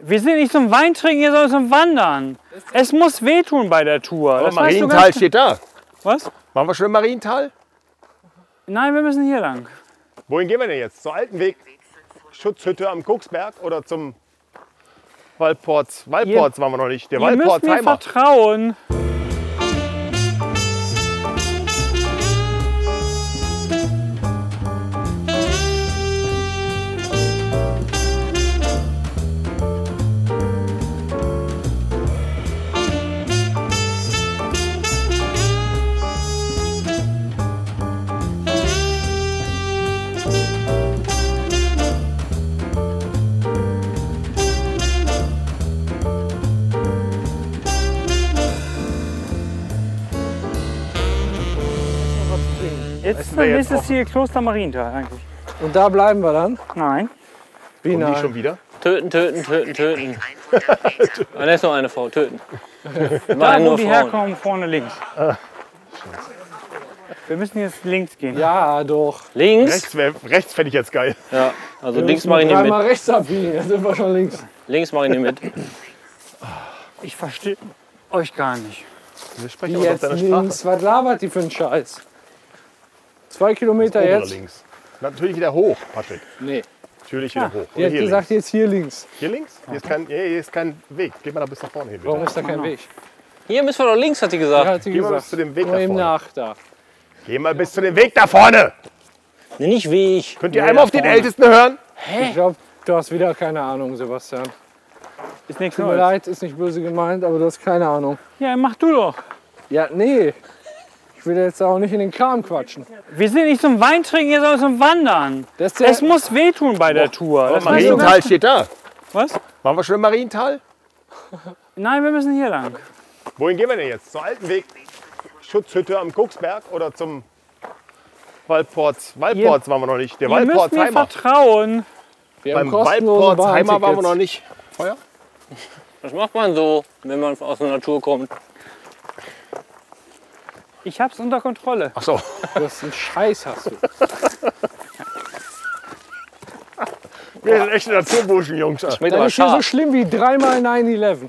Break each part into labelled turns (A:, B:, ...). A: Wir sind nicht zum Weintrinken hier, sondern zum Wandern. Es muss wehtun bei der Tour.
B: Aber
A: das weißt du
B: Marienthal
A: ganz,
B: steht
C: genau.
B: da.
A: was?
B: Machen wir schon im Marienthal?
A: Nein, wir müssen hier lang.
C: Wohin gehen wir denn jetzt? Zur alten Weg, Schutzhütte am Koksberg oder zum Waldports? Waldports waren wir noch nicht. Der
A: Ihr müsst mir
C: Waldportsheimer.
A: vertrauen. Jetzt
C: wir jetzt
A: ist es hier Kloster Marienthal eigentlich.
D: Und da bleiben wir dann.
A: Nein.
D: Wie
C: Und die
D: nah?
C: schon wieder?
E: Töten, töten, töten, töten. Ah, da ist noch eine Frau, töten.
A: Da,
E: Waren
A: wo
E: nur
A: die
E: Frauen.
A: herkommen, vorne Äh. links. Wir müssen jetzt links gehen.
D: Ja, doch.
E: Links?
C: Rechts, wär- rechts fände ich jetzt geil.
E: Ja, also links
D: Mal
E: mache ich nicht mit.
D: Dreimal rechts abbiegen, dann sind wir schon links.
E: Links mache ich nicht mit.
A: Ich verstehe euch gar nicht.
C: Wir sprechen
D: Die
C: uns auf
D: jetzt
C: deiner Sprache.
D: links. Was labert die für einen Scheiß? Zwei Kilometer
C: Oder
D: jetzt?
C: links. Natürlich wieder hoch, Patrick.
D: Nee.
C: Natürlich wieder hoch.
D: Die
C: Oder
D: hat
C: hier,
D: gesagt, jetzt hier links.
C: links. hier links? Hier ist, kein, hier hier ist kein Weg. Geh mal da bis nach vorne hin, bitte.
D: Warum ist da kein Weg?
E: Hier müssen wir doch links, hat sie
D: Ja,
E: gesagt.
D: hat sie
C: Geh mal
D: gesagt.
C: bis zu dem Weg
D: Nur
C: da
D: eben
C: vorne.
D: nach da.
C: Geh mal bis zu dem Weg da vorne.
E: Nee, nicht Weg.
C: Könnt ihr
E: Nee,
C: einmal
E: da
C: auf den
E: vorne.
C: Ältesten hören?
D: Ich glaube, du hast wieder keine Ahnung, Sebastian.
A: Ist nichts
D: Tut mir
A: Neues.
D: leid, ist nicht böse gemeint, aber du hast keine Ahnung.
A: Ja, mach du doch.
D: Ja, nee. Ich will jetzt auch nicht in den Kram quatschen.
A: Wir sind nicht zum Weintrinken hier, sondern zum Wandern.
D: Das ist der,
A: Es muss wehtun bei der Tour. Das weißt du ganz-
B: Marienthal steht da.
A: Was?
B: Waren wir schon im Marienthal?
A: Nein, wir müssen hier lang.
C: Wohin gehen wir denn jetzt? Zur alten Weg, Schutzhütte am Koksberg oder zum Waldports? Waldports waren wir noch nicht. Der
A: Ihr müsst mir
C: Waldportsheimer.
A: vertrauen.
D: wir
B: Beim
D: haben kostenlose
B: Waldportsheimer waren wir
D: Bahntickets.
B: noch nicht.
E: Das macht man so, wenn man aus der Natur kommt.
A: Ich hab's unter Kontrolle.
B: Ach so.
D: Du hast einen Scheiß, hast du.
C: Wir sind echte Naturburschen, Jungs.
E: Schmeckt
D: Das
E: aber
D: ist hier so
E: scharf.
D: schlimm wie dreimal 9-11.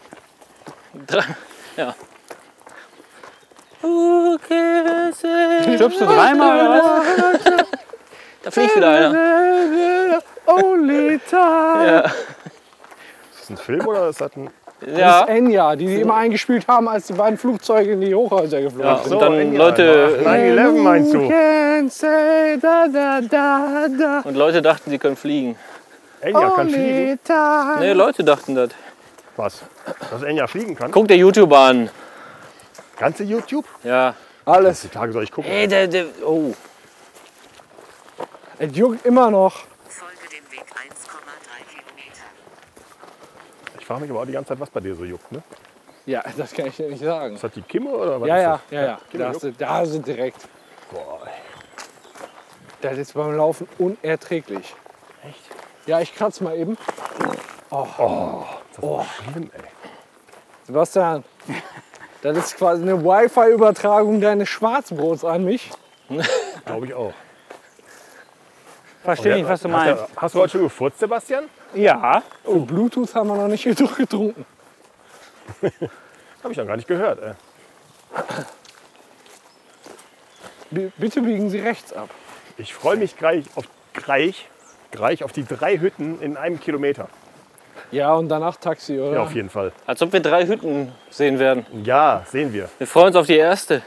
A: Stirbst du dreimal oder was?
E: Da fliegt wieder einer.
D: Only time.
C: Ist das ein Film oder ist das ein.
E: Ja.
D: Enya, die die immer eingespielt haben, als die beiden Flugzeuge in die Hochhäuser
E: ja.
D: geflogen sind.
E: Und dann Leute,
C: 9-11 meinst du?
D: Can say da da da da
E: und Leute dachten, sie können fliegen.
C: Enya kann fliegen.
D: only time.
E: Nee, Leute dachten das.
C: Was? Dass Enya fliegen kann?
E: Guck der YouTuber an.
C: Ganze YouTube?
E: Ja.
D: Alles.
C: Die Tage soll ich gucken.
E: Ey, der, der, oh.
D: Es juckt immer noch.
F: Folge dem Weg 1,3 Kilometer.
C: Ich frage mich aber auch die ganze Zeit, was bei dir so juckt. Ne?
D: Ja, das kann ich dir nicht sagen.
C: Ist das die Kimme oder was?
D: Ja,
C: ist
D: ja,
C: das?
D: ja, ja. genau. Da hast du, da hast du direkt. Das ist beim Laufen unerträglich. Echt? Ja, ich kratz mal eben.
C: Schlimm, ey.
D: Sebastian, das ist quasi eine Wi-Fi-Übertragung deines Schwarzbrots an mich.
C: Glaube ich auch.
A: Verstehe nicht, was du meinst.
C: Hast du, hast du heute schon gefurzt, Sebastian?
A: Ja.
D: Und Bluetooth haben wir noch nicht genug getrunken.
C: Habe ich noch gar nicht gehört. Ey.
D: B bitte biegen Sie rechts ab.
C: Ich freue mich gleich auf, gleich, gleich auf die drei Hütten in einem Kilometer.
D: Ja, und danach Taxi, oder?
C: Ja, auf jeden Fall.
E: Als ob wir drei Hütten sehen werden.
C: Ja, sehen wir.
E: Wir freuen uns auf die erste.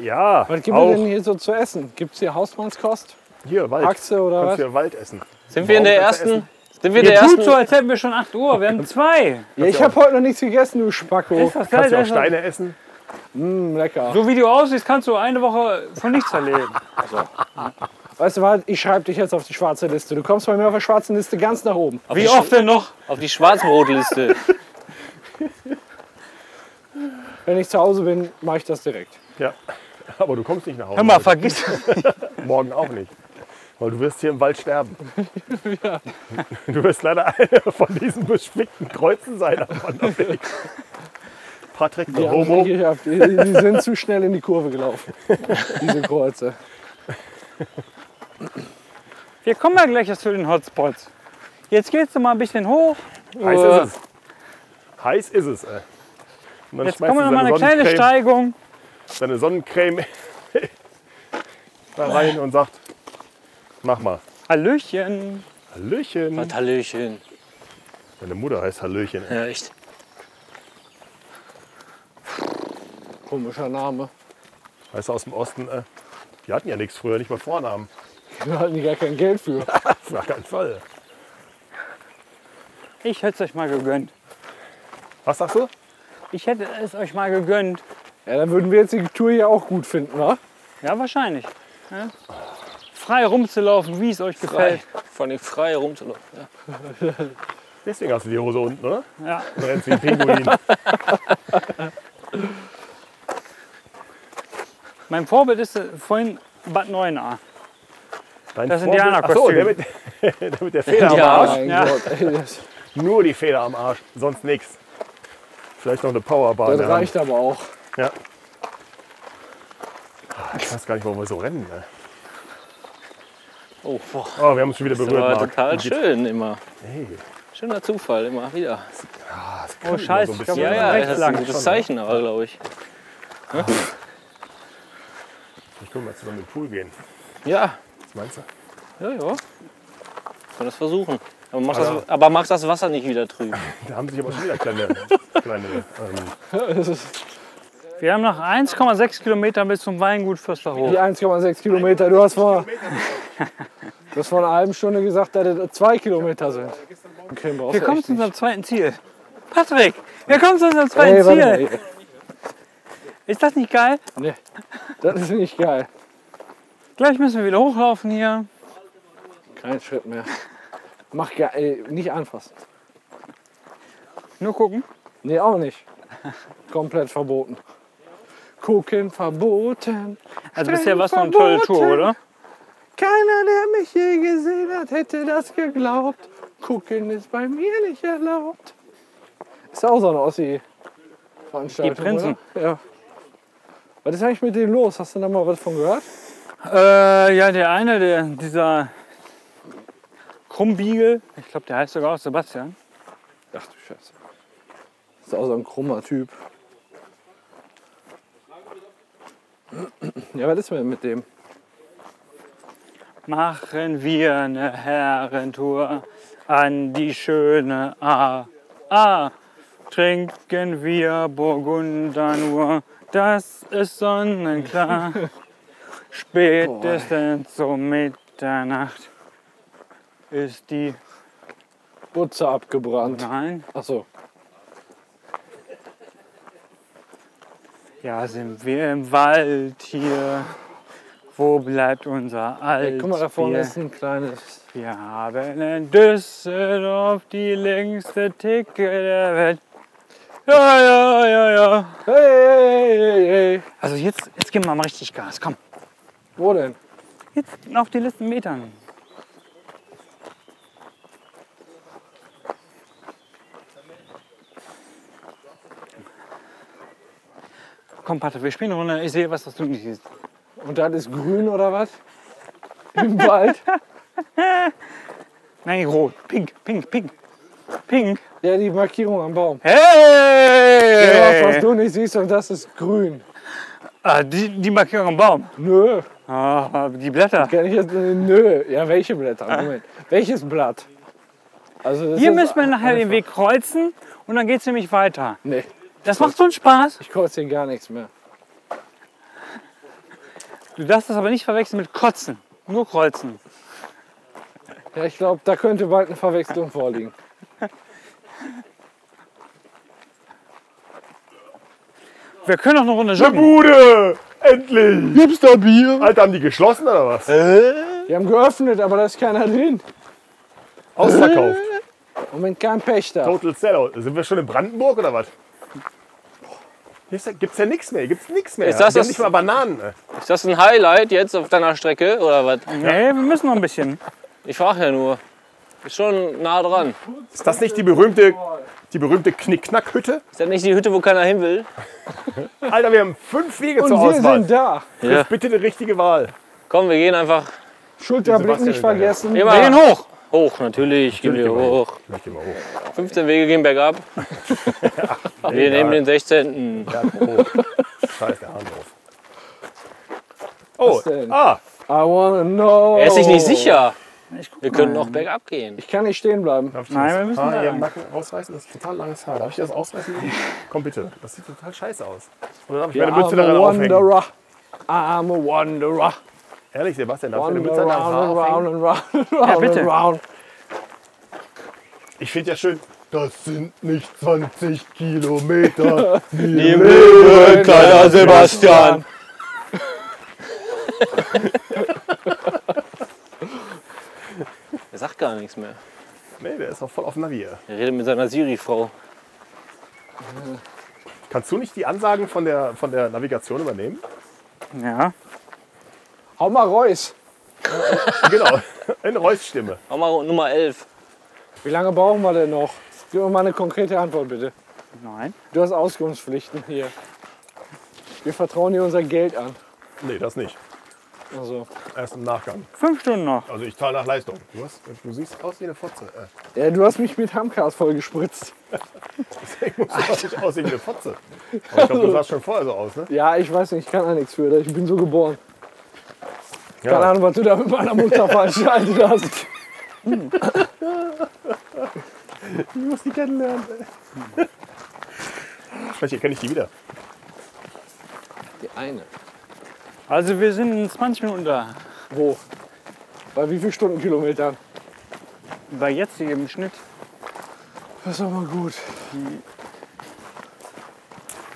C: Ja,
D: Was gibt es
C: auch
D: denn hier so zu essen? Gibt es hier Hausmannskost?
C: hier Wald.
D: Achse oder
C: Kannst
D: was?
C: hier Wald essen.
E: Sind wir in der
C: kannst du
E: ersten? Sind wir in der
A: Ihr tut so,
E: ersten?
A: als hätten wir schon 8 Uhr. Wir haben zwei.
D: Ja, ich habe heute noch nichts gegessen, du Spacko.
A: Ist das geil?
C: Kannst hier
A: Das
C: auch
A: ist das-
C: Steine essen.
D: Mm, lecker.
A: So wie du aussiehst, kannst du eine Woche von nichts erleben.
D: Weißt du was? Ich schreibe dich jetzt auf die schwarze Liste. Du kommst bei mir auf der schwarzen Liste ganz nach oben.
E: Auf
A: Wie
E: die
A: oft
E: Sch-
A: denn noch?
E: Auf die Schwarzbrotliste.
D: Wenn ich zu Hause bin, mache ich das direkt.
C: Ja. Aber du kommst nicht nach Hause.
A: Hör mal, vergiss.
C: Morgen auch nicht. Weil du wirst hier im Wald sterben. Du wirst leider einer von diesen beschwickten Kreuzen sein am Wanderweg. Patrick, der
D: Die, haben
C: Homo.
D: nicht geschafft. die, die sind zu schnell in die Kurve gelaufen. Diese Kreuze.
A: Wir kommen ja gleich erst zu den Hotspots. Jetzt gehst du mal ein bisschen hoch.
C: Heiß ist es. Heiß ist es. Ey. Und dann
A: Jetzt
C: schmeißt
A: kommen
C: du
A: wir nochmal
C: seine
A: eine kleine
C: Sonnencreme-
A: Steigung.
C: seine Sonnencreme da rein und sagt, mach mal.
A: Hallöchen.
C: Hallöchen.
E: Was Hallöchen.
C: Meine Mutter heißt Hallöchen.
E: Ja, echt.
D: Komischer Name.
C: Weißt du, aus dem Osten, äh, die hatten ja nichts früher, nicht mal Vornamen.
D: Da hatten die gar kein Geld für.
C: Auf gar keinen Fall.
A: Ich hätte es euch mal gegönnt.
C: Was sagst du?
A: Ich hätte es euch mal gegönnt.
D: Ja, dann würden wir jetzt die Tour hier auch gut finden, wa?
A: Ja, wahrscheinlich. Ja? Frei rumzulaufen, wie es euch
E: Frei.
A: gefällt.
E: Vor allem frei rumzulaufen. Ja.
C: Deswegen hast du die Hose unten, oder?
A: Ja.
C: Du rennst wie ein Pinguin.
A: Mein Vorbild ist äh, vorhin Bad Neuenahr.
C: Dein
A: Das
C: Vorbild-
A: Indianerkostüm.
C: Ach so, der mit, der mit der Feder am
E: Ja.
C: Arsch.
D: Mein
A: Ja.
D: Gott, ey, das,
C: Nur die Feder am Arsch, sonst nichts. Vielleicht noch eine Powerbar. in
D: das
C: der Hand.
D: reicht aber auch.
C: Ja. Ah, Ich weiß gar nicht, warum wir so rennen. Ne?
E: Oh, boah.
C: Oh, wir haben uns schon wieder
E: Das
C: berührt,
E: war
C: Marc.
E: total
C: Wie geht's?
E: schön immer.
C: Hey.
E: Schöner Zufall immer wieder.
C: Ah, das kann
A: Oh,
C: ich
A: scheiße.
C: mal so ein
A: ich glaube,
E: Ja,
A: wir
E: ja,
A: sind rechts
E: das ist ein
A: lang.
C: ne?
E: gutes Zeichen aber, glaube ich.
C: Ich können mal zusammen in den Pool gehen.
E: Ja,
C: Was meinst du?
E: ja, ja. Können wir das versuchen. Aber mach
C: Also-
E: das, aber mach das Wasser nicht wieder trüb.
C: Da haben sich aber schon wieder kleine, kleine ähm,
D: Das ist
A: Wir haben noch 1,6 Kilometer bis zum Weingut Fürsterhof.
D: die 1,6 Kilometer. Du hast vor, du hast vor einer halben Stunde gesagt, dass das zwei Kilometer sind. Okay, brauchst
A: Wir
D: du
A: kommen
D: echt
A: zu
D: nicht.
A: unserem zweiten Ziel. Patrick, wir kommen zu unserem zweiten
D: Ey, warte
A: Ziel.
D: mal, ey.
A: Ist das nicht geil?
D: Nee, das ist nicht geil.
A: Gleich müssen wir wieder hochlaufen hier.
D: Kein Schritt mehr. Mach ge- ey, nicht anfassen.
A: Nur gucken.
D: Nee, auch nicht. Komplett verboten. Gucken verboten.
A: Also bisher war es noch eine tolle Tour, oder?
D: Keiner, der mich je gesehen hat, hätte das geglaubt. Gucken ist bei mir nicht erlaubt. Ist auch so eine Ossi-Veranstaltung.
A: Die Prinzen.
D: Oder? Ja. Was ist eigentlich mit denen los? Hast du da mal was von gehört?
A: Äh, ja, der eine, der, dieser Krummbiegel, ich glaube, der heißt sogar auch Sebastian.
D: Ach du Scheiße. Ist auch so ein krummer Typ. Ja, was ist denn mit dem?
A: Machen wir eine Herrentour an die schöne A. A. Trinken wir Burgunder nur, das ist sonnenklar. Spätestens um Mitternacht ist die.
D: Butze abgebrannt.
A: Nein?
D: Achso.
A: Ja, sind wir im Wald hier. Wo bleibt unser Alt?
D: Ey, guck mal, da vorne
A: Bier?
D: ist ein kleines.
A: Wir haben in Düsseldorf die längste Ticke der Welt. Ja, ja, ja, ja.
D: Hey, hey, hey, hey.
A: Also jetzt, jetzt geben wir mal richtig Gas. Komm,
D: Wo denn?
A: jetzt auf die letzten Metern. Komm, Patrick, wir spielen eine Runde. Ich sehe was, was du nicht siehst.
D: Und das ist grün oder was? Im Wald?
A: Nein, rot. Pink, pink, pink. Pink.
D: Ja, die Markierung am Baum. Ja, was
A: Hey!
D: du nicht siehst, und das ist grün.
A: Ah, die, die Markierung am Baum.
D: Nö,
A: Ah, die Blätter.
D: kann ich jetzt. Nö. Ja, welche Blätter? Moment. Welches Blatt? Also das
A: Hier
D: ist
A: müssen wir nachher den
D: einfach-
A: Weg kreuzen und dann geht es nämlich weiter.
D: Nee,
A: Das macht so einen Spaß.
D: ich kreuze hier gar nichts mehr.
A: Du darfst das aber nicht verwechseln mit Kotzen. Nur kreuzen.
D: Ja, ich glaube, da könnte bald eine Verwechslung vorliegen.
A: Wir können auch eine Runde
C: eine
A: joggen.
C: Bude! Endlich! Gibt's da Bier? Alter, haben die geschlossen oder was?
E: Äh.
D: Die haben geöffnet, aber da ist keiner drin.
C: Ausverkauft.
D: Moment, kein Pächter.
C: Total Sellout. Sind wir schon in Brandenburg oder was? Gibt's da, gibt's ja nichts mehr. Gibt's nichts mehr.
E: Ist das
C: Wir haben
E: das-
C: nicht mal Bananen. ey.
E: Ist das ein Highlight jetzt auf deiner Strecke oder was?
A: Nee, wir müssen noch ein bisschen.
E: Ich frage ja nur. Ist schon nah dran.
C: Ist das nicht die berühmte, die berühmte Knickknackhütte?
E: Ist das nicht die Hütte, wo keiner hin will?
C: Alter, wir haben fünf Wege
D: Und
C: zur
D: wir
C: Auswahl.
D: sind da.
C: Triff bitte die richtige Wahl.
E: Komm, wir gehen einfach
D: Schulterblick
C: Sebastian
D: nicht
C: hinterher.
D: vergessen.
E: immer.
A: Wir gehen hoch.
E: Hoch, natürlich, gehen wir
C: gehen wir
E: hoch.
C: Ich geh mal hoch.
E: 15 Wege gehen bergab. wir
C: egal.
E: nehmen den 16.
C: Ja, hoch. Scheiße, der Hahn drauf. Oh,
D: denn?
C: ah,
D: I wanna know.
E: Er ist sich nicht sicher.
A: Ich guck
E: Wir können
A: mal.
E: noch bergab gehen.
D: Oh. Ich kann nicht stehen bleiben.
C: darf ich
A: Nein, wir
C: das
A: müssen
C: Haar
A: da
C: hier
A: lang.
C: im Nacken Ah, ausreißen? Das ist total langes Haar. Darf ich das ausreißen? Komm bitte, das sieht total scheiße aus. Oder darf ich meine Mütze daran
D: I'm a
C: aufhängen?
D: wanderer. I'm a wanderer.
C: Ehrlich, Sebastian, darf ich meine
D: Wander
C: Mütze daran
D: round and round
C: aufhängen?
D: and round and round
A: bitte.
D: and round.
C: Ich finde ja schön, das sind nicht 20 Kilometer.
E: Die Möwe, kleiner Sebastian. er sagt gar nichts mehr.
C: nee, der ist auch voll auf dem Navi. hier.
E: Er redet mit seiner Siri-Frau.
C: Kannst du nicht die Ansagen von der, von der Navigation übernehmen?
A: Ja.
D: Hau mal Reus.
C: genau, in Reus Stimme.
E: Auch mal Nummer 11.
D: Wie lange brauchen wir denn noch? Gib mir mal eine konkrete Antwort bitte.
A: Nein.
D: Du hast Auskunftspflichten hier. Wir vertrauen dir unser Geld an.
C: Nee, das nicht.
D: Also,
C: Erst im Nachgang.
A: Fünf Stunden noch.
C: Also ich zahle nach Leistung. Du, hast, du siehst aus wie eine Fotze. Äh,
D: ja, du hast mich mit Hamkas voll gespritzt.
C: deswegen musst du auch nicht aussehen wie eine Fotze. Aber ich glaube, du sahst schon vorher so aus, ne?
D: Ja, ich weiß nicht, ich kann da nichts für. Ich bin so geboren.
C: Ja.
D: Keine Ahnung, was du da mit meiner Mutter veranstaltet hast.
C: Ich äh, muss die kennenlernen. Vielleicht erkenne ich die wieder.
D: Die eine.
A: Also wir sind in 20 Minuten da.
D: Wo? Bei wie viel Stundenkilometern?
A: Bei jetzigem Schnitt.
D: Das ist aber gut.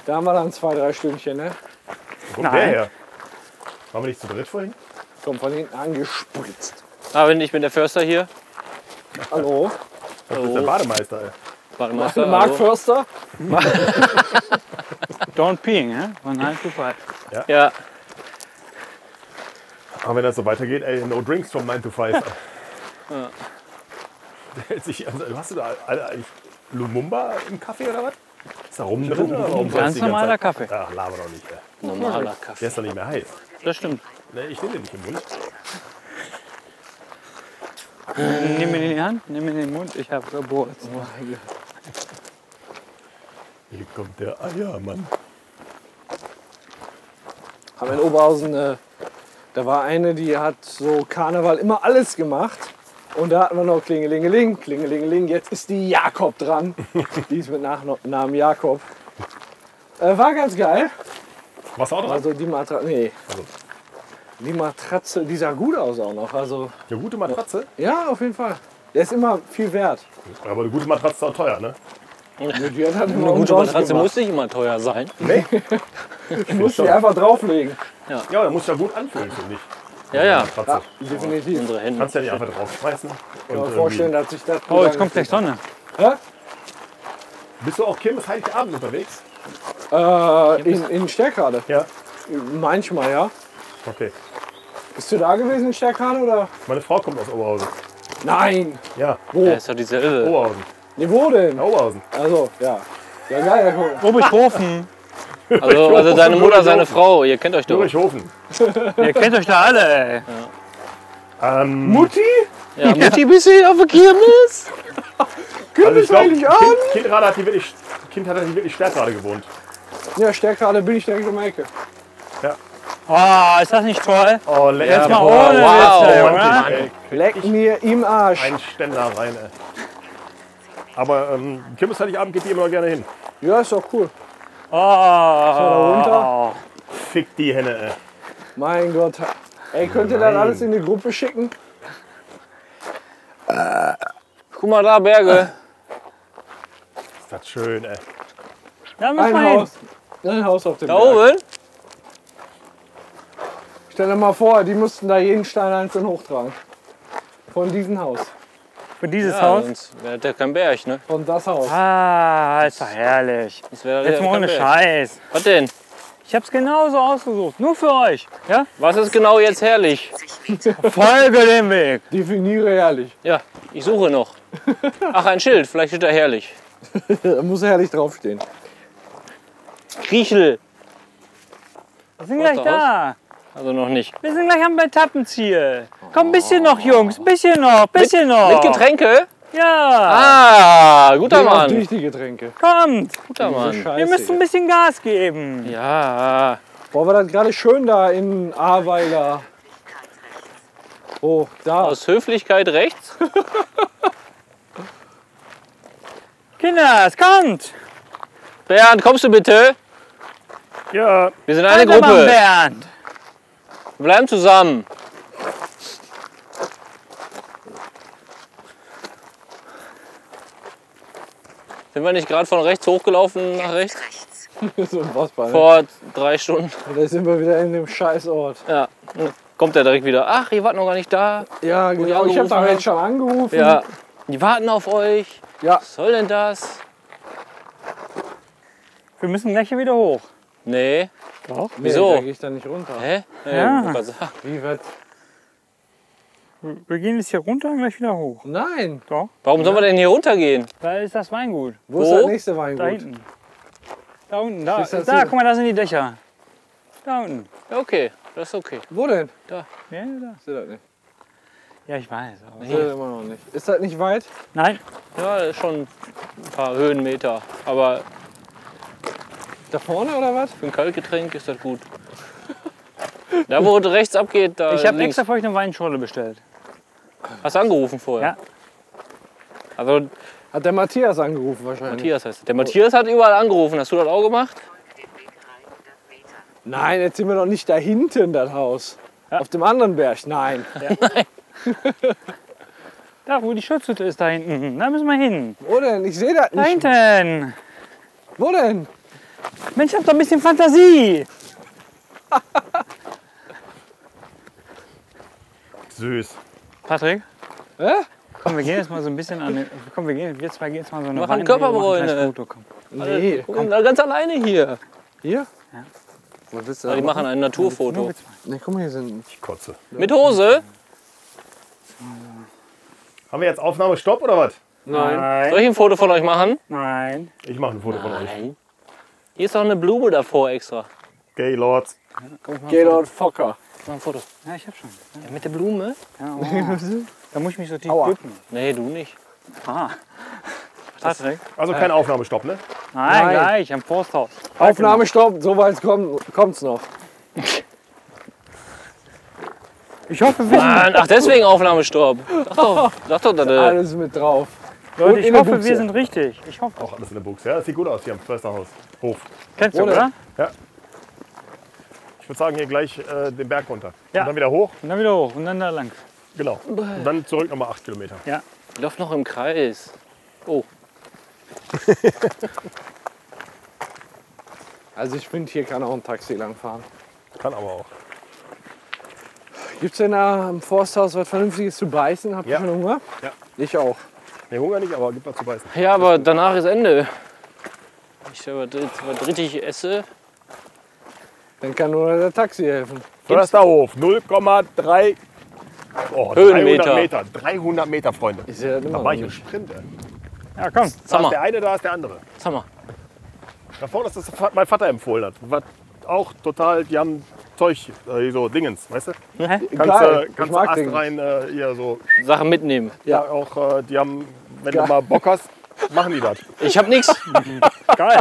D: Da haben wir dann zwei, drei Stündchen, ne?
C: Wo kommt
A: Nein.
C: der her? Waren wir nicht zu dritt vorhin?
D: Kommt von hinten angespritzt.
E: Ah, wenn ich bin der Förster hier.
D: Hallo?
C: Das ist der
A: Oh.
C: Bademeister. Ey.
E: Warte mal,
D: Mark
E: hallo.
D: Förster?
A: Don't peeing, ne? War ein Zufall.
E: Ja,
C: Aber wenn das so weitergeht, ey, no drinks from 9 to 5. Der hält sich, also, hast du da alle eigentlich Lumumba im Kaffee oder was? Ist da rum drin? oder warum soll's
A: Ganz
C: die ganze
A: normaler
C: Zeit-
A: Kaffee.
C: Ach, laber doch nicht. Ey.
E: normaler Kaffee.
C: Der ist doch nicht mehr heiß.
A: Das stimmt.
C: Nee, ich nehme den nicht im Mund.
A: Nimm mir den in die Hand, nimm mir den in den Mund. Ich habe Geburt.
C: Hier kommt der Eiermann.
D: Haben wir in Oberhausen, äh, da war eine, die hat so Karneval immer alles gemacht. Und da hatten wir noch Klingelingeling, Klingelingeling, jetzt ist die Jakob dran. die ist mit Nachnamen Jakob. Äh, war ganz geil.
C: Was auch dran?
D: Also die Matratze, nee.
C: Also.
D: Die Matratze, die sah gut aus auch noch. Also
C: Eine gute Matratze.
D: ja, auf jeden Fall. Der ist immer viel wert.
C: Aber eine gute Matratze ist auch teuer, ne?
D: Die hat halt immer
E: Eine gute
D: umsonst
E: Matratze
D: gemacht.
E: muss nicht immer teuer sein.
D: Ich muss die einfach drauflegen.
C: Ja, aber da muss ich ja gut anfühlen, finde ich.
E: Ja, ja.
C: Matratze.
D: Ja, definitiv.
E: Unsere Hände.
C: Kannst ja nicht einfach draufschmeißen. Und ähm,
D: Ich kann mir
C: irgendwie-
D: Äh, vorstellen, dass sich das.
A: Oh, jetzt kommt gleich Sonne.
C: Bist du auch Kirmes Heiligabend unterwegs?
D: Äh, in, in Stärkrade.
C: Ja.
D: Manchmal, ja.
C: Okay.
D: Bist du da gewesen in Stärkrade oder?
C: Meine Frau kommt aus Oberhausen.
D: Nein!
C: Ja,
E: Ja, ist doch dieselbe.
C: Oberhausen.
D: Nee, wo denn?
C: Ja, Oberhausen.
D: Also, ja. Ja, geil, ja, guck.
A: Obichhofen.
E: Also, also seine Mutter, seine Frau, ihr kennt euch doch.
C: Dürrichhofen.
A: Ihr kennt euch da alle, ey.
C: Ähm,
E: Ja, Mutti, bist du auf der Kirmes?
C: also ich glaub,
D: Heiligabend?
C: kind, Kindrade hat die wirklich, Kind hat die wirklich Stärkrade gewohnt.
D: Ja, Stärkrade bin ich direkt um die Ecke.
A: Oh, ist das nicht toll?
C: Oh, lecker.
A: Jetzt mal
C: boah,
A: ohne
E: wow.
A: Witze,
C: romantisch,
A: Junge.
C: ey.
D: Leck mir im Arsch.
C: Ein Ständer rein, ey. Aber ähm, Kirmes Heiligabend geht die immer noch gerne hin.
D: Ja, ist doch cool.
A: Oh.
D: runter?
C: Fick die Henne, ey.
D: Mein Gott. Ey, könnt ihr das
C: Nein.
D: alles in die Gruppe schicken?
E: Guck mal da, Berge.
C: Ist das schön, ey.
A: Da müssen
D: Ein
A: wir hin.
D: Haus. Ein Haus auf dem
E: Da
D: Berg.
E: oben?
D: oh. Stell dir mal vor, die mussten da jeden Stein einzeln hochtragen. Von diesem Haus.
A: Für dieses
E: Ja,
A: Haus.
E: sonst wäre der kein Berg, ne?
D: Von das Haus.
A: Ah, ist doch herrlich.
E: Das wär
A: Jetzt
E: der
A: mal ohne
E: kein Berg.
A: Scheiß.
E: Was denn?
A: Ich hab's genauso ausgesucht. Nur für euch. Ja?
E: Was ist genau jetzt herrlich?
A: Folge dem Weg.
D: Definiere herrlich.
E: Ja, ich suche noch. Ach, ein Schild, vielleicht steht da herrlich.
D: Da muss herrlich draufstehen.
E: Kriechel.
A: Wir sind
E: Was
A: gleich
E: da
A: da.
E: Also noch nicht.
A: Wir sind gleich am Etappenziel.
G: Komm, ein bisschen noch, Jungs. Ein bisschen noch, ein bisschen noch.
E: Oh. Mit Getränke?
G: Ja,
E: Ah, guter
D: Bring auch
E: Mann.
D: durch die Getränke.
G: kommt.
E: Guter Mann.
G: Wir
D: Scheiße.
G: müssen ein bisschen Gas geben.
E: Ja.
D: Boah, war das gerade schön da in Ahrweiler. Oh, da.
E: Aus Höflichkeit rechts.
G: Kinder, es kommt.
E: Bernd, kommst du bitte?
C: Ja,
E: Wir sind eine
G: Weiter machen,
E: Gruppe.
G: Bernd.
E: Wir bleiben zusammen. Sind wir nicht gerade von rechts hochgelaufen nach rechts?
F: Rechts.
D: so unfassbar. Ne?
E: Vor drei Stunden.
D: Da sind wir wieder in dem Scheißort.
E: Ja. Kommt er direkt wieder. Ach, ihr wart noch gar nicht da.
D: Ja, genau. Ich habe da
E: angerufen
D: jetzt schon angerufen.
E: ne? Ja. Die warten auf euch.
D: Ja.
E: Was soll denn das?
G: Wir müssen gleich hier wieder hoch.
E: Nee.
D: Nee,
E: Wieso?
D: Da gehe ich da nicht runter.
E: Hä? Nee,
G: Ja.
E: ich wollt grad sagen.
D: Wie wird?
G: Wir gehen jetzt hier runter und gleich wieder hoch.
D: Nein.
E: Warum sollen wir denn hier runtergehen?
G: Da ist das Weingut.
D: Wo, ist
E: Wo?
D: das nächste
G: Da
D: Weingut?
G: hinten. Da unten, da.
D: Ist das
G: Da,
D: hier?
G: guck mal, da sind die Dächer. Da unten.
E: Ja, okay. Das ist okay.
D: Wo denn?
G: Ja, da.
D: Ist das nicht.
G: ja ich weiß. Aber.
D: Ist das immer noch nicht. Ist das nicht weit?
G: Nein,
E: Ja, das ist schon ein paar Höhenmeter. Aber
D: Da vorne oder was?
E: für ein Kaltgetränk ist das gut. Da, wo es rechts abgeht, da
G: ich habe
E: Äh, links.
G: extra für euch eine Weinschorle bestellt.
E: Hast du angerufen vorher? Ja. Also,
D: Hat der Matthias angerufen wahrscheinlich.
E: Matthias heißt. Der Matthias hat überall angerufen. Hast du das auch gemacht?
F: Folge dem Weg 300 Meter.
D: Nein, jetzt sind wir doch nicht da hinten, das Haus. Auf dem anderen Berg. Nein.
G: Da, wo die Schutzhütte ist, da hinten. Hm, Da müssen wir hin.
D: Wo denn? Ich sehe das
G: Da
D: nicht.
G: hinten.
D: Wo denn?
G: Mensch, habt doch ein bisschen Fantasie.
C: süß.
A: Patrick,
D: Hä?
A: komm, wir gehen jetzt mal so ein bisschen an den. Komm, wir, gehen, wir zwei gehen jetzt mal so eine
E: Machen
A: Wand-
E: Körperbräune.
A: wir machen gleich Foto, komm.
D: Nee.
E: Äh, Guck mal, ganz alleine hier.
D: Hier? Was willst du
E: Die
D: da machen?
E: machen ein
A: Nur
E: Naturfoto.
A: wir zwei.
D: Nee, guck mal, hier sind.
C: Ich kotze.
E: Mit Hose?
C: Haben wir jetzt Aufnahme Stopp oder was?
D: Nein.
E: Soll ich ein Foto von euch machen?
G: Nein.
C: Ich mache ein Foto von euch.
E: Hier ist doch eine Blume davor extra.
C: Gay Lords.
D: Gaylord Fokker.
E: Mach ein Foto.
A: Ja, ich hab schon.
E: Ja, mit der Blume?
A: Ja, oh. da muss ich mich so tief
D: Aua.
A: bücken.
E: Nee, du nicht.
A: Ah. Patrick?
C: Also kein Aufnahmestopp, ne?
A: Nein,
D: Nein.
A: gleich, am Forsthaus.
D: Aufnahme stopp, so weit kommt, kommt's noch.
G: Ich hoffe, wir sind,
E: Mann, ach, deswegen Aufnahmestopp. Sag doch, sag doch, äh, dass du-
D: Alles mit drauf.
G: Leute, ich
D: in der
G: hoffe, wir
D: Buchse.
G: sind richtig. Ich hoffe.
C: Auch alles in der Buchse. Ja, das sieht gut aus hier am Försterhaus. Hof.
G: Kennst du,
D: Oder?
G: oder?
C: Ich würde sagen, hier gleich äh, den Berg runter.
G: Ja.
C: Und dann wieder hoch.
G: Und dann wieder hoch und dann da lang.
C: Genau. Und dann zurück nochmal 8 Kilometer.
E: läuft noch im Kreis.
D: Also ich finde, hier kann auch ein Taxi langfahren.
C: Kann aber auch.
D: Gibt's denn da im Forsthaus was Vernünftiges zu beißen? Habt ihr
C: Ja.
D: schon Hunger?
C: Ja.
D: Ich auch.
C: Nee, Hunger nicht, aber gibt was zu beißen.
E: Ja, aber danach ist Ende. Ich habe jetzt was richtig esse.
D: Dann kann nur der Taxi helfen.
C: Försterhof, 0,3 oh,
E: Höhenmeter.
C: 300 Meter. 300 Meter, Freunde.
D: Ich sehe das immer
C: Da
D: noch
C: war ich im
D: nicht.
C: Sprint, ey.
G: Ja, komm.
C: Da ist
E: Summer,
C: der eine, da ist der andere.
E: Summer.
C: Da vorne ist das, was mein Vater empfohlen hat. Was auch total, die haben Zeug, äh, so Dingens, weißt du? Kannst,
D: Geil,
C: äh, kannst
D: ich mag
C: Ast
D: den.
C: rein, äh, hier so.
E: Sachen mitnehmen.
D: Ja.
C: Ja. Auch, äh, die haben, wenn
D: Geil.
C: du mal Bock hast, machen die das.
E: Ich habe nichts.
G: Geil.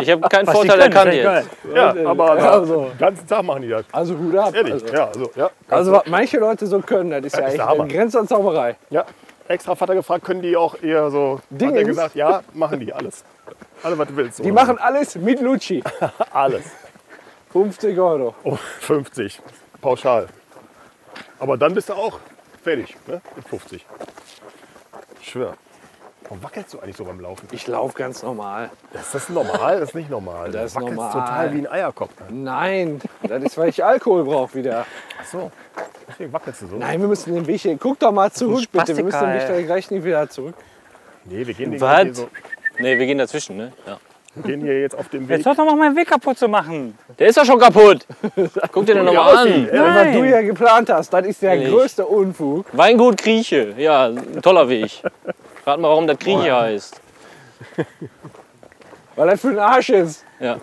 E: Ich habe keinen
G: Was die
E: Vorteil
G: können,
E: erkannt
G: ist echt
E: jetzt.
G: geil.
C: Ja, aber
D: Ja, so.
C: den ganzen Tag machen die das.
D: Also Hut ab.
C: Ehrlich,
D: Also,
C: ja, so, ja.
D: also was manche Leute so können, das ist ja,
C: Ja, ist
D: echt
C: der
D: eine
C: Hammer.
D: Grenze an Zauberei.
C: ja. Extra Vater gefragt, können die auch eher so. Hat er
D: Dingens?
C: gesagt, ja, machen die alles. Alle, was du willst.
D: Die
C: oder?
D: machen alles mit Lucci.
C: alles.
D: 50 Euro.
C: Oh, 50. Pauschal. Aber dann bist du auch fertig, ne? Mit 50. Ich schwör. Warum wackelst du eigentlich so beim Laufen?
D: Ich laufe ganz normal.
C: Ist das normal? Das ist nicht normal.
D: Das ist
C: du wackelst
D: normal.
C: total wie ein Eierkopf.
D: Nein, das ist, weil ich Alkohol brauche wieder.
C: Ach so. Deswegen wackelst du so.
D: Nein, wir müssen den Weg hier. Guck doch mal zurück, bitte. Wir müssen den Weg
A: Spastiker,
D: da gleich nicht wieder zurück.
C: Nee, wir gehen, den-
E: Was?
C: hier so,
E: Nee, wir gehen dazwischen, ne? Ja.
C: wir gehen hier jetzt auf dem Weg.
G: Jetzt hört doch mal meinen Weg kaputt zu machen.
E: Der ist doch schon kaputt. Guck dir den nochmal an.
D: Was du
G: Nein.
D: ja geplant hast, das ist der
E: Ehrlich?
D: größte Unfug.
E: Weingut Grieche. Ja, ein toller Weg. Rat mal, warum das Grieche heißt.
D: Weil das für ein Arsch ist.
E: Ja.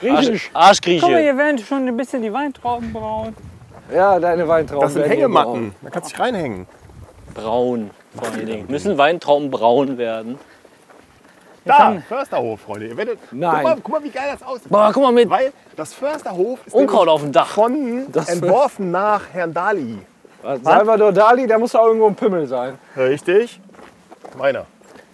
D: Griechisch.
E: Arsch, Arsch
G: Guck mal,
E: Grieche.
G: hier werden schon ein bisschen die Weintrauben braun.
D: Ja, deine Weintrauben.
C: Das sind
D: werden hier
C: Hängematten. Da kannst du dich reinhängen.
E: Braun vor allen Dingen. Müssen Weintrauben braun werden?
C: Da, Försterhof, Freunde. Ihr werdet,
D: Nein.
C: Guck, mal, guck mal, wie geil das aussieht.
E: Boah, guck mal mit
C: Weil das Försterhof ist
E: Unkraut
C: nämlich
E: auf dem Dach.
C: von
D: Das-
C: entworfen nach Herrn Dali.
D: braun. Salvador Dali, da muss doch irgendwo ein Pimmel sein.
C: Richtig? Meiner.